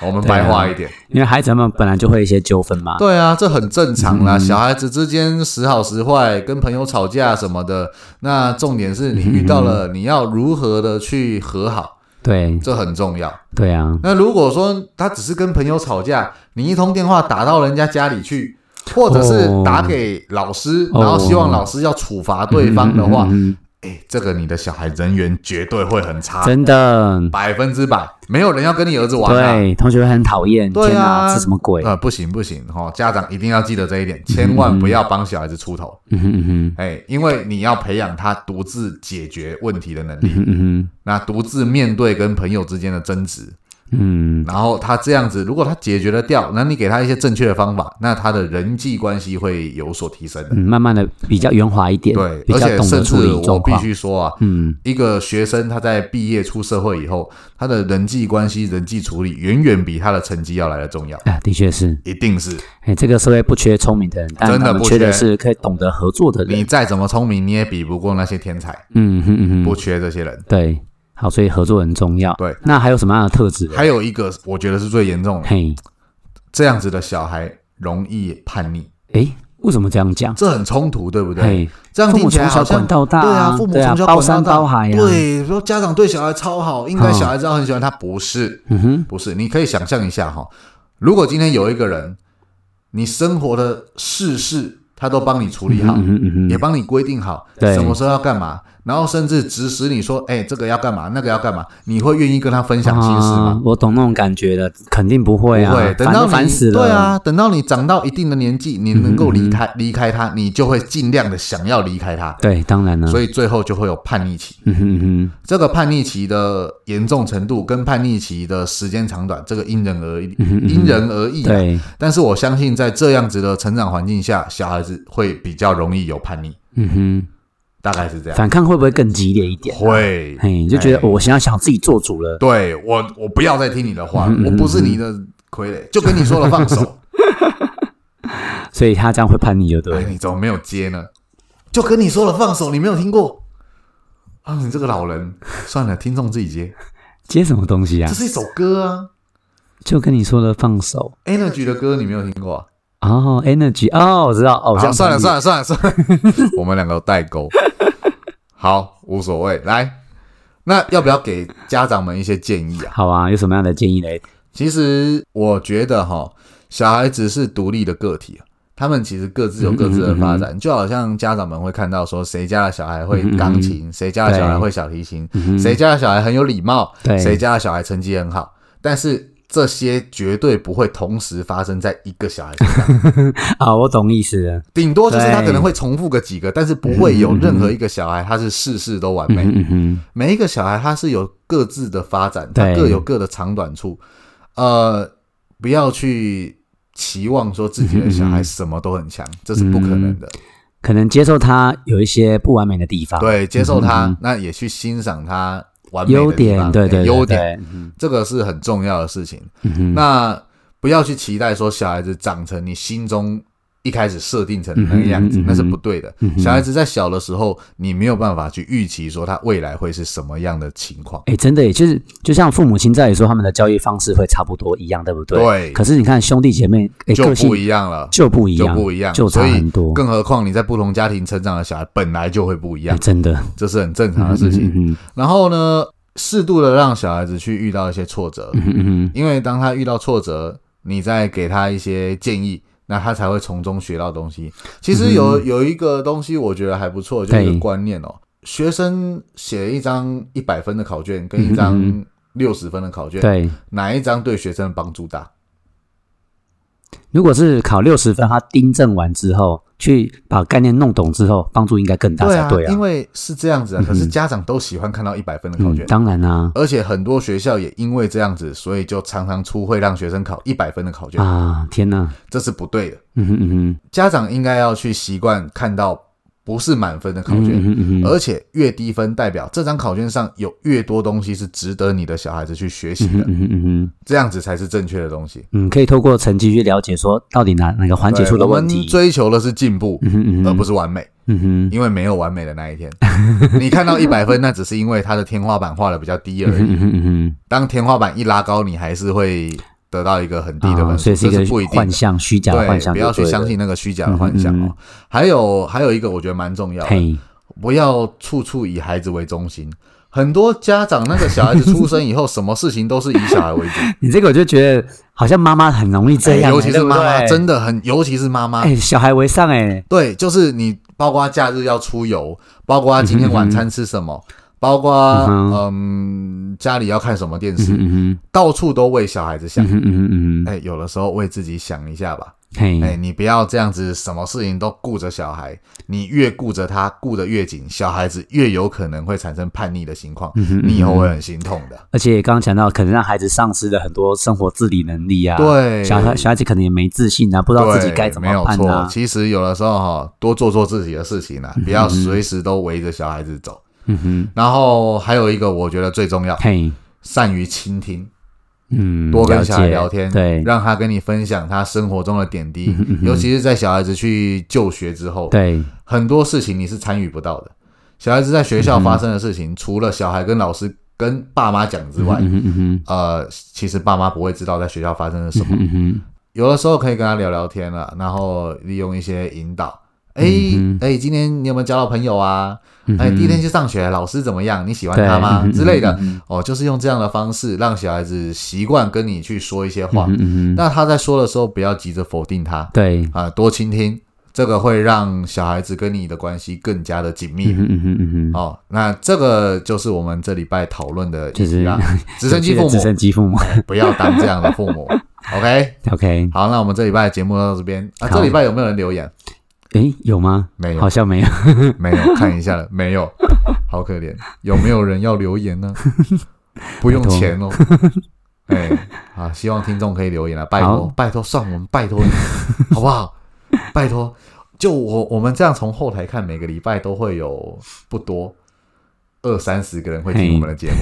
Speaker 1: 我们白话一点，
Speaker 2: 因为孩子们本来就会一些纠纷嘛。
Speaker 1: 对啊，这很正常啦。小孩子之间时好时坏，跟朋友吵架什么的，那重点是你遇到了，你要如何的去和好，
Speaker 2: 对
Speaker 1: 这很重要。
Speaker 2: 对啊，
Speaker 1: 那如果说他只是跟朋友吵架，你一通电话打到人家家里去，或者是打给老师，
Speaker 2: 哦
Speaker 1: 然后希望老师要处罚对方的话，
Speaker 2: 嗯嗯嗯
Speaker 1: 哎，这个你的小孩人缘绝对会很差，
Speaker 2: 真的，
Speaker 1: 百分之百，没有人要跟你儿子玩啊。
Speaker 2: 对同学会很讨厌。
Speaker 1: 对啊
Speaker 2: 天哪，这什么鬼？
Speaker 1: 呃，不行不行哈、哦，家长一定要记得这一点，千万不要帮小孩子出头，
Speaker 2: 嗯哼嗯哼
Speaker 1: 哎，因为你要培养他独自解决问题的能力，
Speaker 2: 嗯哼
Speaker 1: 那独自面对跟朋友之间的争执，
Speaker 2: 嗯，
Speaker 1: 然后他这样子，如果他解决得掉，那你给他一些正确的方法，那他的人际关系会有所提升的。
Speaker 2: 嗯，慢慢的比较圆滑一点，
Speaker 1: 对，
Speaker 2: 比
Speaker 1: 而
Speaker 2: 较
Speaker 1: 且
Speaker 2: 懂得
Speaker 1: 甚
Speaker 2: 处
Speaker 1: 至
Speaker 2: 理
Speaker 1: 我
Speaker 2: 状
Speaker 1: 必
Speaker 2: 况。
Speaker 1: 须说啊，
Speaker 2: 嗯，
Speaker 1: 一个学生他在毕业出社会以后，他的人际关系、人际处理远远比他的成绩要来的重要，
Speaker 2: 啊，的确是，
Speaker 1: 一定是。
Speaker 2: 哎，这个社会不缺聪明的人，但
Speaker 1: 真的
Speaker 2: 我们
Speaker 1: 不
Speaker 2: 缺的
Speaker 1: 缺
Speaker 2: 是可以懂得合作的
Speaker 1: 你
Speaker 2: 人。
Speaker 1: 再怎么聪明，你也比不过那些天才，
Speaker 2: 嗯哼嗯
Speaker 1: 不
Speaker 2: 哼，
Speaker 1: 缺这些人。
Speaker 2: 对，好，所以合作很重要。
Speaker 1: 对，
Speaker 2: 那还有什么样的特质呢？
Speaker 1: 还有一个，我觉得是最严重的，
Speaker 2: 嘿，
Speaker 1: 这样子的小孩容易叛逆，
Speaker 2: 哎，为什么这样讲？
Speaker 1: 这很冲突，对不对？
Speaker 2: 嘿，
Speaker 1: 这样
Speaker 2: 父
Speaker 1: 听
Speaker 2: 母
Speaker 1: 起来
Speaker 2: 从
Speaker 1: 好
Speaker 2: 小
Speaker 1: 像
Speaker 2: 管到大
Speaker 1: 对啊，父母
Speaker 2: 对啊
Speaker 1: 从小，
Speaker 2: 包
Speaker 1: 管到
Speaker 2: 山
Speaker 1: 大，
Speaker 2: 包海啊。，
Speaker 1: 对，说家长对小孩超好，应该
Speaker 2: 嗯
Speaker 1: 小孩子要很喜欢他，不是，
Speaker 2: 嗯哼，
Speaker 1: 不是，你可以想象一下哈、如果今天有一个人，你生活的事事他都帮你处理好，
Speaker 2: 嗯哼嗯哼，
Speaker 1: 也帮你规定好，
Speaker 2: 对
Speaker 1: 什么时候要干嘛，然后甚至指使你说，哎，这个要干嘛，那个要干嘛，你会愿意跟他分享心事
Speaker 2: 啊
Speaker 1: 吗？
Speaker 2: 我懂那种感觉的，肯定不会啊，
Speaker 1: 不会，等
Speaker 2: 烦
Speaker 1: 到
Speaker 2: 都
Speaker 1: 你
Speaker 2: 烦死了。嗯
Speaker 1: 对，啊，等到你长到一定的年纪，你能够离开、离开他，你就会尽量的想要离开他，
Speaker 2: 对，当然了。
Speaker 1: 所
Speaker 2: 以，
Speaker 1: 以最后就会有叛逆期。
Speaker 2: 嗯哼嗯
Speaker 1: 这个叛逆期的严重程度跟叛逆期的时间长短，这个因人而异，因人而异、
Speaker 2: 嗯
Speaker 1: 啊。
Speaker 2: 哼，对，
Speaker 1: 但是我相信，在这样子的成长环境下，小孩子会比较容易有叛逆，
Speaker 2: 嗯
Speaker 1: 大概是这
Speaker 2: 哼，
Speaker 1: 样。
Speaker 2: 反抗会不会更激烈一点？
Speaker 1: 会，
Speaker 2: 嘿，你就觉得
Speaker 1: 哎
Speaker 2: 哦我想要想自己做主了。
Speaker 1: 对我，我不要再听你的话，
Speaker 2: 嗯
Speaker 1: 我不是你的傀儡，就跟你说了放手，
Speaker 2: 所以他这样会叛逆，就对
Speaker 1: 哎，
Speaker 2: 了。
Speaker 1: 你怎么没有接呢？就跟你说了放手，你没有听过啊？你这个老人，算了，听众自己接，
Speaker 2: 啊接什么东西啊
Speaker 1: 这？是一首歌啊
Speaker 2: 就跟你说了放手。
Speaker 1: ，Energy 的歌，你没有听过、啊？
Speaker 2: 哦，energy，哦，我知道，哦，这
Speaker 1: 好，
Speaker 2: 样
Speaker 1: 算了
Speaker 2: 叛逆
Speaker 1: 算了算了算了，我们两个有代沟，好，无所谓。来，那要不要给家长们一些建议啊？
Speaker 2: 好啊，有什么样的建议嘞？
Speaker 1: 其实我觉得哈，小孩子是独立的个体啊，他们其实各自有各自的发展，就好像家长们会看到说，谁家的小孩会钢琴，谁家的小孩会小提琴，谁家的小孩很有礼貌，
Speaker 2: 对
Speaker 1: 谁家的小孩成绩很好，但是。这些绝对不会同时发生在一个小孩身上，
Speaker 2: 啊，我懂意思了。
Speaker 1: 顶多就是他
Speaker 2: 对
Speaker 1: 可能会重复个几个，但是不会有任何一个小孩他是事事都完美。
Speaker 2: 嗯哼，
Speaker 1: 每一个小孩他是有各自的发展，他
Speaker 2: 对
Speaker 1: 各有各的长短处。呃，不要去期望说自己的小孩什么都很强，
Speaker 2: 嗯
Speaker 1: 这是不可能的。
Speaker 2: 可能接受他有一些不完美的地方，，
Speaker 1: 对，接受他，那也去欣赏他完美的
Speaker 2: 优
Speaker 1: 地
Speaker 2: 点，
Speaker 1: 方哎
Speaker 2: 对对，对
Speaker 1: 优点，，
Speaker 2: 对嗯
Speaker 1: 这个是很重要的事情。
Speaker 2: 哼
Speaker 1: 那不要去期待说小孩子长成你心中一开始设定成的那个样子，
Speaker 2: 嗯哼嗯哼
Speaker 1: 那是不对的。小孩子在小的时候，你没有办法去预期说他未来会是什么样的情况。
Speaker 2: 哎，真的耶，就是就像父母亲在说，他们的教育方式会差不多一样，对不对？
Speaker 1: 对
Speaker 2: 可是你看兄弟姐妹，哎，
Speaker 1: 就
Speaker 2: 个性
Speaker 1: 不一样了，
Speaker 2: 就不一
Speaker 1: 就
Speaker 2: 样，
Speaker 1: 不一样，
Speaker 2: 就差
Speaker 1: 所以
Speaker 2: 很多。
Speaker 1: 更何况你在不同家庭成长的小孩本来就会不一
Speaker 2: 哎
Speaker 1: 样，
Speaker 2: 真的，
Speaker 1: 这是很正常的事情。
Speaker 2: 嗯
Speaker 1: 然后呢，适度的让小孩子去遇到一些挫折，
Speaker 2: 嗯嗯，
Speaker 1: 因为当他遇到挫折，你再给他一些建议，那他才会从中学到东西。其
Speaker 2: 嗯
Speaker 1: 实有、有一个东西，我觉得还不错，就是一
Speaker 2: 对
Speaker 1: 个观念哦。学生写一张一百分的考卷跟一张六十分的考卷，
Speaker 2: 嗯对，
Speaker 1: 哪一张对学生的帮助大？
Speaker 2: 如果是考六十分，他订正完之后，去把概念弄懂之后，帮助应该更大
Speaker 1: 对
Speaker 2: 才
Speaker 1: 啊，
Speaker 2: 对啊。
Speaker 1: 因为是这样子啊。可是家长都喜欢看到一百分的考
Speaker 2: 嗯
Speaker 1: 卷，，
Speaker 2: 当然啊，
Speaker 1: 而且很多学校也因为这样子，所以就常常出会让学生考一百分的考卷，
Speaker 2: 啊，天哪，
Speaker 1: 这是不对的。
Speaker 2: 嗯哼嗯哼，
Speaker 1: 家长应该要去习惯看到不是满分的考
Speaker 2: 嗯
Speaker 1: 卷，
Speaker 2: 哼嗯哼，
Speaker 1: 而且越低分代表这张考卷上有越多东西是值得你的小孩子去学习
Speaker 2: 嗯哼
Speaker 1: 的，
Speaker 2: 嗯哼嗯哼，
Speaker 1: 这样子才是正确的东西。
Speaker 2: 嗯，可以透过成绩去了解说到底哪哪个环节
Speaker 1: 对
Speaker 2: 出了
Speaker 1: 我
Speaker 2: 问
Speaker 1: 们
Speaker 2: 题。
Speaker 1: 追求的是进步，
Speaker 2: 嗯哼嗯
Speaker 1: 而
Speaker 2: 哼
Speaker 1: 不是完美，
Speaker 2: 嗯哼
Speaker 1: 因为没有完美的那 一天。你看到一百分，那只是因为它的天花板画的比较低而
Speaker 2: 嗯
Speaker 1: 已。
Speaker 2: 哼嗯哼
Speaker 1: 当天花板一拉高，你还是会得到一个很低的
Speaker 2: 嗯哼，
Speaker 1: 分
Speaker 2: 啊，所
Speaker 1: 数，
Speaker 2: 以是
Speaker 1: 这
Speaker 2: 一个
Speaker 1: 不一定
Speaker 2: 幻
Speaker 1: 的。
Speaker 2: 象，虚假的幻
Speaker 1: 对，
Speaker 2: 象，
Speaker 1: 不要去相。信那个虚假的幻想
Speaker 2: 嗯嗯
Speaker 1: 哦。还有还有一个，我觉得蛮重要的，
Speaker 2: 嘿，
Speaker 1: 不要处处以孩子为中心。很多家长那个小孩子出生以后，什么事情都是以小孩为主，哎
Speaker 2: 你这个我就觉得好像妈妈很容易 这样、啊
Speaker 1: 尤其是妈妈，真
Speaker 2: 的，
Speaker 1: 的很，尤其是妈妈
Speaker 2: 哎、，小孩为上、哎，
Speaker 1: 对，就是你包括假日要出游，包括今天晚餐吃什么，包括
Speaker 2: 嗯
Speaker 1: 嗯家里要看什么电视，
Speaker 2: 嗯
Speaker 1: 到处都为小孩子
Speaker 2: 哼，
Speaker 1: 想
Speaker 2: 嗯。哼，嗯哼，嗯哼，
Speaker 1: 哎、有的时候为自己想一下吧。
Speaker 2: 嘿，
Speaker 1: 哎、你不要这样子，什么事情都顾着小孩，你越顾着他，顾得越紧，小孩子越有可能会产生叛逆的情况，
Speaker 2: 嗯哼
Speaker 1: 你以后会很心痛的。
Speaker 2: 而且刚刚讲到，可能让孩子丧失了很多生活自理能力啊，，
Speaker 1: 对，
Speaker 2: 小孩小孩子可能也没自信啊，不知道自己
Speaker 1: 对
Speaker 2: 该怎
Speaker 1: 没
Speaker 2: 么
Speaker 1: 有
Speaker 2: 办
Speaker 1: 错
Speaker 2: 啊，。
Speaker 1: 其实有的时候哈，多做做自己的事情啊，不要随时都围着小孩子走。
Speaker 2: 嗯哼，
Speaker 1: 然后还有一个，我觉得最重要，
Speaker 2: 嘿，
Speaker 1: 善于倾听，
Speaker 2: 嗯，
Speaker 1: 多跟小孩
Speaker 2: 了解
Speaker 1: 聊天，
Speaker 2: 对，
Speaker 1: 让他跟你分享他生活中的点滴
Speaker 2: 嗯哼嗯，哼
Speaker 1: 尤其是在小孩子去就学之后，
Speaker 2: 对，
Speaker 1: 很多事情你是参与不到的。小孩子在学校发生的事情，除了小孩跟老师、跟爸妈讲之外，
Speaker 2: 嗯哼，嗯哼，
Speaker 1: 呃，其实爸妈不会知道在学校发生了什么。
Speaker 2: 嗯哼，
Speaker 1: 有的时候可以跟他聊聊天了，然后利用一些引导。哎
Speaker 2: 嗯
Speaker 1: 哎，今天你有没有交到朋友啊？
Speaker 2: 嗯
Speaker 1: 哎，
Speaker 2: 哼
Speaker 1: 第一天去上学，老师怎么样？你喜欢
Speaker 2: 对
Speaker 1: 他吗
Speaker 2: 嗯？
Speaker 1: 之类的
Speaker 2: 嗯嗯
Speaker 1: 哦，就是用这样的方式让小孩子习惯跟你去说一些话。
Speaker 2: 嗯哼，
Speaker 1: 那他在说的时候，不要急着否定他
Speaker 2: 对，
Speaker 1: 啊，多倾听，这个会让小孩子跟你的关系更加的紧密。
Speaker 2: 嗯哼，嗯哼，嗯哼，
Speaker 1: 哦，那这个就是我们这礼拜讨论的议题啦。 直
Speaker 2: 直
Speaker 1: 升机父
Speaker 2: 直升
Speaker 1: 母
Speaker 2: 机父母
Speaker 1: 不要当这样的父母。OK，
Speaker 2: ，OK，
Speaker 1: 好，那我们这礼拜的节目到这边啊，
Speaker 2: 好
Speaker 1: 这礼拜有没有人留言？
Speaker 2: 哎，有吗？
Speaker 1: 没
Speaker 2: 好
Speaker 1: 有，
Speaker 2: 像没有，
Speaker 1: 没有，看一下 了，没有，好可怜。有没有人要留言 呢？不用钱哦。哎，啊，希望听众可以留言啊，拜托
Speaker 2: 好，
Speaker 1: 拜托，算我们拜托 你，好不好？拜托，就我我们这样从后台看，每个礼拜都会有不多二三十个人会听我们的节目，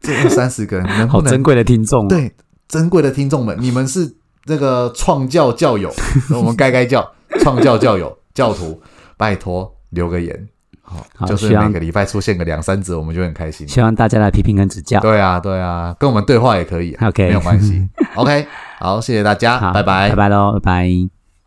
Speaker 1: 这二三十个人能
Speaker 2: 好
Speaker 1: 不能
Speaker 2: 珍贵的听众哦，
Speaker 1: 对，珍贵的听众们，你们是那个创教教 友，我们该该教创教教友教徒，拜托留个言，好，
Speaker 2: 好
Speaker 1: 就是
Speaker 2: 希望
Speaker 1: 每个礼拜出现个两三则，我们就很开心。
Speaker 2: 希望大家来批评跟指教。
Speaker 1: 对啊，对啊，跟我们对话也可以，没
Speaker 2: OK，
Speaker 1: 有关系。OK，好，谢谢大家，
Speaker 2: 好，
Speaker 1: 拜拜
Speaker 2: 拜。拜喽，拜拜。